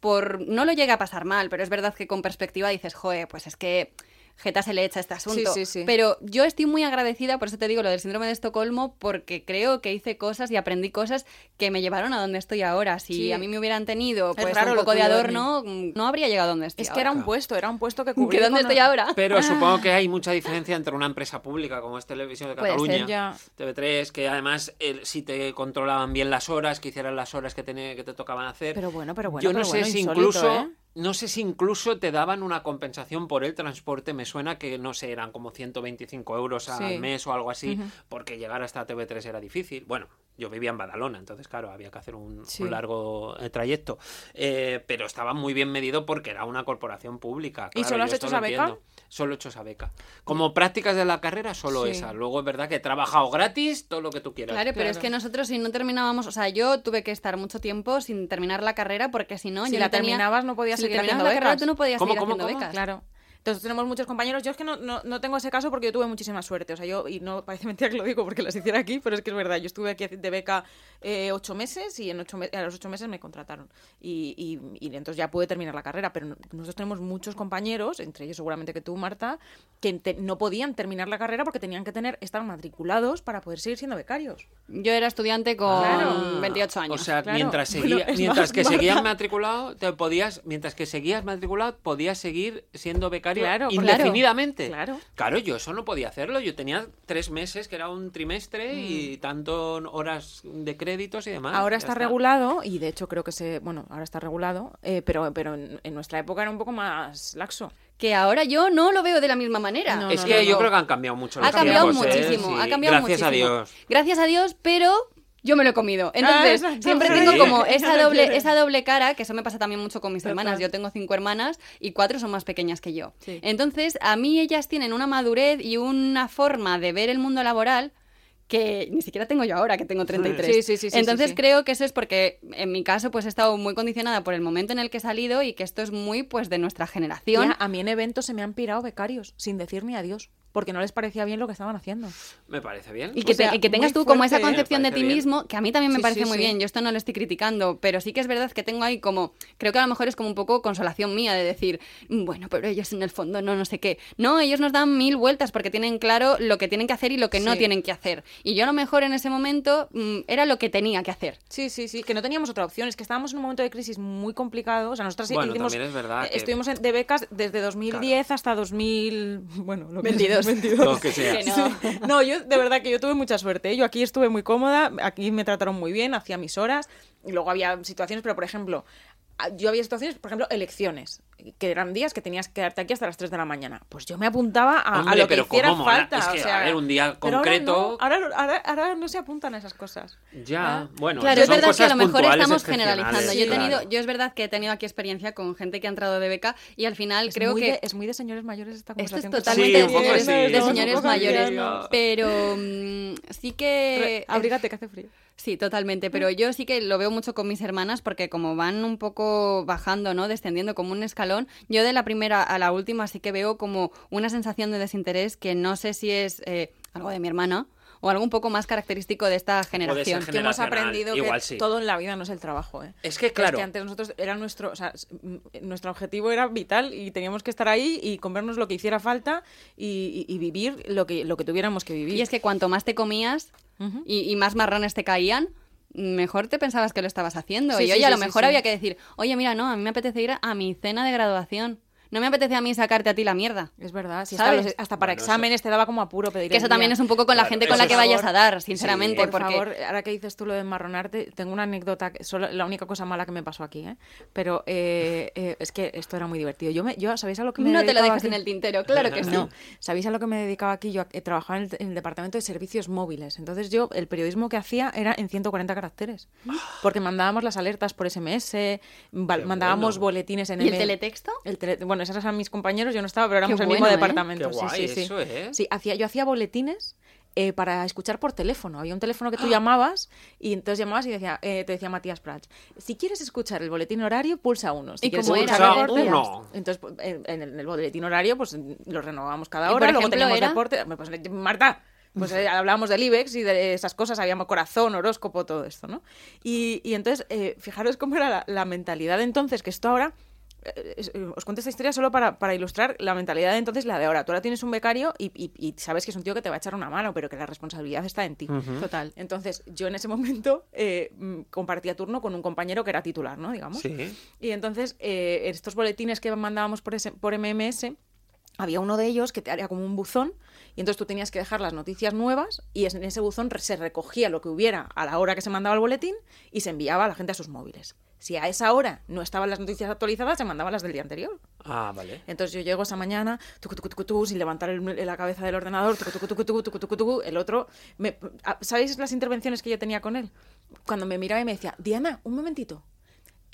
[SPEAKER 1] por no lo llega a pasar mal, pero es verdad que con perspectiva dices, joe, pues es que jeta se le echa este asunto.
[SPEAKER 4] Sí, sí, sí.
[SPEAKER 1] Pero yo estoy muy agradecida, por eso te digo lo del síndrome de Estocolmo, porque creo que hice cosas y aprendí cosas que me llevaron a donde estoy ahora. Si
[SPEAKER 4] Sí.
[SPEAKER 1] a mí me hubieran tenido
[SPEAKER 4] Es
[SPEAKER 1] pues,
[SPEAKER 4] raro
[SPEAKER 1] un
[SPEAKER 4] lo
[SPEAKER 1] poco de
[SPEAKER 4] tuyo,
[SPEAKER 1] adorno, mm, no habría llegado a donde estoy
[SPEAKER 4] Es
[SPEAKER 1] *laughs*
[SPEAKER 4] que era un
[SPEAKER 1] ahora.
[SPEAKER 4] puesto, era un puesto
[SPEAKER 2] *laughs*
[SPEAKER 4] que
[SPEAKER 1] ¿Que
[SPEAKER 4] cubría.
[SPEAKER 1] dónde
[SPEAKER 4] con-
[SPEAKER 1] estoy ahora?
[SPEAKER 2] Pero supongo que hay mucha diferencia entre una empresa pública como es Televisión de
[SPEAKER 1] Puede ser,
[SPEAKER 2] Cataluña,
[SPEAKER 4] ya.
[SPEAKER 2] TV3, que además el- si te controlaban bien las horas, que hicieran las horas que, tenía- que te tocaban hacer.
[SPEAKER 4] Pero bueno, pero bueno,
[SPEAKER 2] Yo no
[SPEAKER 4] pero
[SPEAKER 2] sé
[SPEAKER 4] bueno,
[SPEAKER 2] si
[SPEAKER 4] insólito,
[SPEAKER 2] incluso...
[SPEAKER 4] ¿eh?
[SPEAKER 2] No sé si incluso te daban una compensación por el transporte, me suena que no sé, eran como 125 euros al
[SPEAKER 4] Sí.
[SPEAKER 2] mes o algo así, porque llegar hasta TV3 era difícil. Bueno, yo vivía en Badalona, entonces claro, había que hacer un,
[SPEAKER 4] Sí.
[SPEAKER 2] un largo eh, trayecto, Eh, pero estaba muy bien medido porque era una corporación pública.
[SPEAKER 4] ¿Y
[SPEAKER 2] claro,
[SPEAKER 4] solo
[SPEAKER 2] yo
[SPEAKER 4] has
[SPEAKER 2] esto
[SPEAKER 4] hecho
[SPEAKER 2] lo
[SPEAKER 4] esa beca?
[SPEAKER 2] entiendo. Solo he hecho esa beca. Como prácticas de la carrera, solo
[SPEAKER 4] Sí.
[SPEAKER 2] esa. Luego es verdad que he trabajado gratis, todo lo que tú quieras.
[SPEAKER 1] Claro, pero es
[SPEAKER 4] Claro.
[SPEAKER 1] que nosotros si no terminábamos, o sea, yo tuve que estar mucho tiempo sin terminar la carrera porque si no,
[SPEAKER 4] Si
[SPEAKER 1] yo
[SPEAKER 4] la
[SPEAKER 1] no tenía-
[SPEAKER 4] terminabas, no podías
[SPEAKER 1] si
[SPEAKER 4] seguir
[SPEAKER 1] terminabas la
[SPEAKER 4] haciendo
[SPEAKER 1] carrera,
[SPEAKER 4] becas.
[SPEAKER 1] tú no podías
[SPEAKER 2] ¿Cómo,
[SPEAKER 1] seguir
[SPEAKER 2] cómo,
[SPEAKER 1] haciendo
[SPEAKER 2] cómo?
[SPEAKER 1] becas.
[SPEAKER 4] Claro. Entonces tenemos muchos compañeros. Yo es que no, no, no tengo ese caso porque yo tuve muchísima suerte. O sea, yo, y no parece *laughs* mentira que lo digo porque las hiciera aquí, pero es que es verdad. Yo estuve aquí de beca eh, ocho meses y en ocho me- a los ocho meses me contrataron. Y, y- y entonces ya pude terminar la carrera. Pero no- nosotros tenemos muchos compañeros, entre ellos seguramente que tú, Marta, que te- no podían terminar la carrera porque tenían que tener estar matriculados para poder seguir siendo becarios.
[SPEAKER 1] Yo era estudiante con
[SPEAKER 4] Claro.
[SPEAKER 1] 28 años.
[SPEAKER 2] O sea,
[SPEAKER 4] claro.
[SPEAKER 2] mientras,
[SPEAKER 1] *laughs*
[SPEAKER 2] seguía-
[SPEAKER 4] Bueno, es
[SPEAKER 2] mientras
[SPEAKER 4] más
[SPEAKER 2] que
[SPEAKER 4] barata.
[SPEAKER 2] seguías matriculado, te podías, mientras que seguías matriculado, podías seguir siendo becario
[SPEAKER 4] Claro, claro.
[SPEAKER 2] indefinidamente.
[SPEAKER 4] Claro.
[SPEAKER 2] Claro, yo eso no podía hacerlo. Yo tenía tres meses, que era un trimestre,
[SPEAKER 1] Mm.
[SPEAKER 2] y tanto horas de créditos y demás.
[SPEAKER 4] Ahora
[SPEAKER 2] Ah, Ya
[SPEAKER 4] está, regulado y de hecho creo que se, bueno, ahora está regulado, eh, pero, pero en, en nuestra época era un poco más laxo.
[SPEAKER 1] que ahora yo no lo veo de la misma manera.
[SPEAKER 4] No,
[SPEAKER 2] es
[SPEAKER 4] no,
[SPEAKER 2] que
[SPEAKER 4] no,
[SPEAKER 2] yo
[SPEAKER 4] no.
[SPEAKER 2] creo que han cambiado mucho
[SPEAKER 1] ha
[SPEAKER 2] los
[SPEAKER 1] cambiado
[SPEAKER 2] tiempos, ¿eh?
[SPEAKER 1] muchísimo,
[SPEAKER 2] Sí,
[SPEAKER 1] ha cambiado
[SPEAKER 2] Gracias
[SPEAKER 1] muchísimo.
[SPEAKER 2] a Dios.
[SPEAKER 1] Gracias a Dios, pero yo me lo he comido. Entonces,
[SPEAKER 4] Ah, exacto.
[SPEAKER 1] siempre
[SPEAKER 4] Sí.
[SPEAKER 1] tengo como
[SPEAKER 4] Eso
[SPEAKER 1] esa doble,
[SPEAKER 4] quiere.
[SPEAKER 1] esa doble cara, que eso me pasa también mucho con mis hermanas.
[SPEAKER 4] Total.
[SPEAKER 1] Yo tengo cinco hermanas y cuatro son más pequeñas que yo.
[SPEAKER 4] Sí.
[SPEAKER 1] Entonces, a mí ellas tienen una madurez y una forma de ver el mundo laboral que ni siquiera tengo yo ahora, que tengo 33.
[SPEAKER 4] Sí, sí, sí, sí,
[SPEAKER 1] Entonces
[SPEAKER 4] sí, sí.
[SPEAKER 1] creo que eso es porque en mi caso pues he estado muy condicionada por el momento en el que he salido y que esto es muy pues de nuestra generación.
[SPEAKER 4] Tía, a mí en eventos se me han pirado becarios sin decir ni adiós, porque no les parecía bien lo que estaban haciendo.
[SPEAKER 2] Me parece bien.
[SPEAKER 1] Y que,
[SPEAKER 4] O sea,
[SPEAKER 1] te- y que tengas
[SPEAKER 4] muy
[SPEAKER 1] tú como esa
[SPEAKER 4] fuerte, ¿eh?
[SPEAKER 1] concepción
[SPEAKER 2] Me
[SPEAKER 1] de
[SPEAKER 2] parece
[SPEAKER 1] ti
[SPEAKER 2] bien.
[SPEAKER 1] mismo, que a mí también me
[SPEAKER 4] Sí,
[SPEAKER 1] parece
[SPEAKER 4] sí,
[SPEAKER 1] muy
[SPEAKER 4] sí.
[SPEAKER 1] bien, yo esto no lo estoy criticando, pero sí que es verdad que tengo ahí como, creo que a lo mejor es como un poco consolación mía de decir, "Mm, bueno, pero ellos en el fondo no, no sé qué. No, ellos nos dan mil vueltas porque tienen claro lo que tienen que hacer y lo que no
[SPEAKER 4] Sí.
[SPEAKER 1] tienen que hacer. Y yo a lo mejor en ese momento mm, era lo que tenía que hacer.
[SPEAKER 4] Sí, sí, sí, que no teníamos otra opción, es que estábamos en un momento de crisis muy complicado, o sea, nosotras
[SPEAKER 2] Bueno,
[SPEAKER 4] hicimos-
[SPEAKER 2] también es verdad
[SPEAKER 4] eh,
[SPEAKER 2] que-
[SPEAKER 4] estuvimos en- de becas desde 2010 hasta 2000, *laughs* bueno, lo que
[SPEAKER 1] 22. *laughs*
[SPEAKER 4] 22.
[SPEAKER 2] Lo que sea.
[SPEAKER 1] Que no.
[SPEAKER 4] Sí. No, yo de verdad que yo tuve mucha suerte. ¿eh? Yo aquí estuve muy cómoda, aquí me trataron muy bien, hacía mis horas. Y luego había situaciones, pero por ejemplo, a- yo había situaciones, por ejemplo, elecciones, que eran días que tenías que quedarte aquí hasta las 3 de la mañana. Pues yo me apuntaba a, a
[SPEAKER 2] Hombre,
[SPEAKER 4] lo que
[SPEAKER 2] pero
[SPEAKER 4] hiciera
[SPEAKER 2] cómo mola.
[SPEAKER 4] falta.
[SPEAKER 2] Es que,
[SPEAKER 4] o sea,
[SPEAKER 2] a ver, un día
[SPEAKER 4] pero ahora
[SPEAKER 2] concreto-
[SPEAKER 4] no, Ahora ahora, ahora no se apuntan a esas cosas.
[SPEAKER 2] Ya, bueno,
[SPEAKER 1] Claro,
[SPEAKER 2] esas
[SPEAKER 1] es
[SPEAKER 2] son
[SPEAKER 1] verdad que a
[SPEAKER 2] cosas
[SPEAKER 1] lo mejor
[SPEAKER 2] puntuales,
[SPEAKER 1] estamos
[SPEAKER 2] excepcionales,
[SPEAKER 1] generalizando. Yo, he
[SPEAKER 2] claro.
[SPEAKER 1] tenido, yo es verdad que he tenido aquí experiencia con gente que ha entrado de beca y al final
[SPEAKER 4] Es
[SPEAKER 1] creo
[SPEAKER 4] muy
[SPEAKER 1] que...
[SPEAKER 4] de- es muy de señores mayores esta
[SPEAKER 1] Esto es
[SPEAKER 4] conversación. que
[SPEAKER 1] totalmente
[SPEAKER 2] Sí,
[SPEAKER 1] de
[SPEAKER 2] un poco
[SPEAKER 1] señores,
[SPEAKER 2] sí,
[SPEAKER 1] de
[SPEAKER 2] ¿no?
[SPEAKER 1] señores
[SPEAKER 2] Un poco
[SPEAKER 1] mayores,
[SPEAKER 2] ancianos.
[SPEAKER 1] pero mm, sí que...
[SPEAKER 4] Re- Abrígate que hace frío.
[SPEAKER 1] Sí, totalmente, pero yo sí que lo veo mucho con mis hermanas porque como van un poco bajando, ¿no? Descendiendo como un escalón, yo de la primera a la última sí que veo como una sensación de desinterés que no sé si es eh, algo de mi hermana o algo un poco más característico de esta generación.
[SPEAKER 2] ser
[SPEAKER 4] que hemos
[SPEAKER 2] generacional,
[SPEAKER 4] aprendido
[SPEAKER 2] igual
[SPEAKER 4] que
[SPEAKER 2] sí.
[SPEAKER 4] todo en la vida no es el trabajo. ¿eh?
[SPEAKER 2] Es que, claro.
[SPEAKER 4] que antes nosotros era nuestro, o sea, s- m- nuestro objetivo era vital y teníamos que estar ahí y comernos lo que hiciera falta y, y- y vivir lo que, lo que tuviéramos que vivir.
[SPEAKER 1] Y es que cuanto más te comías
[SPEAKER 4] Ujú.
[SPEAKER 1] y, y más marrones te caían, mejor te pensabas que lo estabas haciendo.
[SPEAKER 4] Sí,
[SPEAKER 1] y
[SPEAKER 4] sí,
[SPEAKER 1] oye, a
[SPEAKER 4] sí,
[SPEAKER 1] lo
[SPEAKER 4] sí,
[SPEAKER 1] mejor
[SPEAKER 4] sí.
[SPEAKER 1] había que decir, oye, mira, no, a mí me apetece ir a mi cena de graduación. No me apetece a mí sacarte a ti la mierda.
[SPEAKER 4] Es verdad, sí, hasta,
[SPEAKER 1] ¿Sabes?
[SPEAKER 4] los- hasta para
[SPEAKER 2] Bueno,
[SPEAKER 4] exámenes te daba como apuro pedir
[SPEAKER 1] Que
[SPEAKER 4] el
[SPEAKER 1] eso
[SPEAKER 4] día.
[SPEAKER 1] también es un poco con la
[SPEAKER 2] Claro,
[SPEAKER 1] gente con
[SPEAKER 2] eso
[SPEAKER 1] la que
[SPEAKER 2] es-
[SPEAKER 1] vayas a dar,
[SPEAKER 2] Sí,
[SPEAKER 1] sinceramente.
[SPEAKER 4] Por
[SPEAKER 1] porque
[SPEAKER 4] favor, ahora que dices tú lo de enmarronarte, tengo una anécdota, que solo, la única cosa mala que me pasó aquí, ¿eh? pero eh, eh, es que esto era muy divertido. Yo, me, yo ¿Sabéis a lo que me
[SPEAKER 1] no te lo
[SPEAKER 4] dedicaba
[SPEAKER 1] dejas
[SPEAKER 4] aquí?
[SPEAKER 1] en el tintero, claro
[SPEAKER 2] Ah,
[SPEAKER 1] que sí.
[SPEAKER 4] No, ¿sabéis a lo que me dedicaba aquí? Yo eh, trabajaba en el, en el departamento de servicios móviles. Entonces yo, el periodismo que hacía era en 140 caracteres. Porque mandábamos las alertas por SMS, val-
[SPEAKER 2] Qué
[SPEAKER 4] mandábamos
[SPEAKER 2] bueno.
[SPEAKER 4] boletines en
[SPEAKER 1] ¿Y el
[SPEAKER 4] email.
[SPEAKER 1] teletexto?
[SPEAKER 4] El tele- bueno, esos eran mis compañeros, yo no estaba, pero éramos
[SPEAKER 1] Qué
[SPEAKER 4] el
[SPEAKER 1] bueno,
[SPEAKER 4] mismo
[SPEAKER 1] ¿eh?
[SPEAKER 4] departamento.
[SPEAKER 2] Qué
[SPEAKER 4] sí, sí,
[SPEAKER 2] guay,
[SPEAKER 4] sí.
[SPEAKER 2] eso, ¿eh?
[SPEAKER 4] Sí, hacía, yo hacía boletines eh, para escuchar por teléfono. Había un teléfono
[SPEAKER 2] ¡Ah!
[SPEAKER 4] que tú llamabas y entonces llamabas y decía, eh, te decía Matías Prats, si quieres escuchar el boletín horario, pulsa uno. Si
[SPEAKER 1] ¿Y
[SPEAKER 4] quieres
[SPEAKER 1] cómo era?
[SPEAKER 4] escuchar
[SPEAKER 1] Pulsa
[SPEAKER 4] deporte,
[SPEAKER 2] uno.
[SPEAKER 4] Entonces, pues, en, en el, en el boletín horario, pues lo renovábamos
[SPEAKER 1] ¿Y
[SPEAKER 4] cada
[SPEAKER 1] por
[SPEAKER 4] hora, luego
[SPEAKER 1] ejemplo,
[SPEAKER 4] teníamos
[SPEAKER 1] era?
[SPEAKER 4] deporte. Pues, eh, Marta, pues eh, hablábamos del IBEX y de esas cosas, habíamos corazón, horóscopo, todo esto, ¿no? Y, y entonces, eh, fijaros cómo era la, la mentalidad de entonces, que esto ahora. eh, es- eh, Os cuento esta historia solo para, para ilustrar la mentalidad de entonces, y la de ahora. Tú ahora tienes un becario y, y- y sabes que es un tío que te va a echar una mano, pero que la responsabilidad está en ti.
[SPEAKER 1] Total.
[SPEAKER 4] Entonces, yo en ese momento eh, mm, compartía turno con un compañero que era titular, ¿no? Digamos.
[SPEAKER 2] Sí.
[SPEAKER 4] Y entonces, eh, estos boletines que mandábamos por, ese- por MMS, había uno de ellos que te haría como un buzón, y entonces tú tenías que dejar las noticias nuevas, y es- en ese buzón re- se recogía lo que hubiera a la hora que se mandaba el boletín y se enviaba a la gente a sus móviles. Si a esa hora no estaban las noticias actualizadas, se mandaban las del día anterior.
[SPEAKER 2] Ah, vale.
[SPEAKER 4] Entonces yo llego esa mañana, tucu, tucu, tucu, tucu, sin levantar el- la cabeza del ordenador, tucu, tucu, tucu, tucu, tucu, tucu, tucu, el otro... me- a- ¿Sabéis las intervenciones que yo tenía con él? Cuando me miraba y me decía, Diana, un momentito.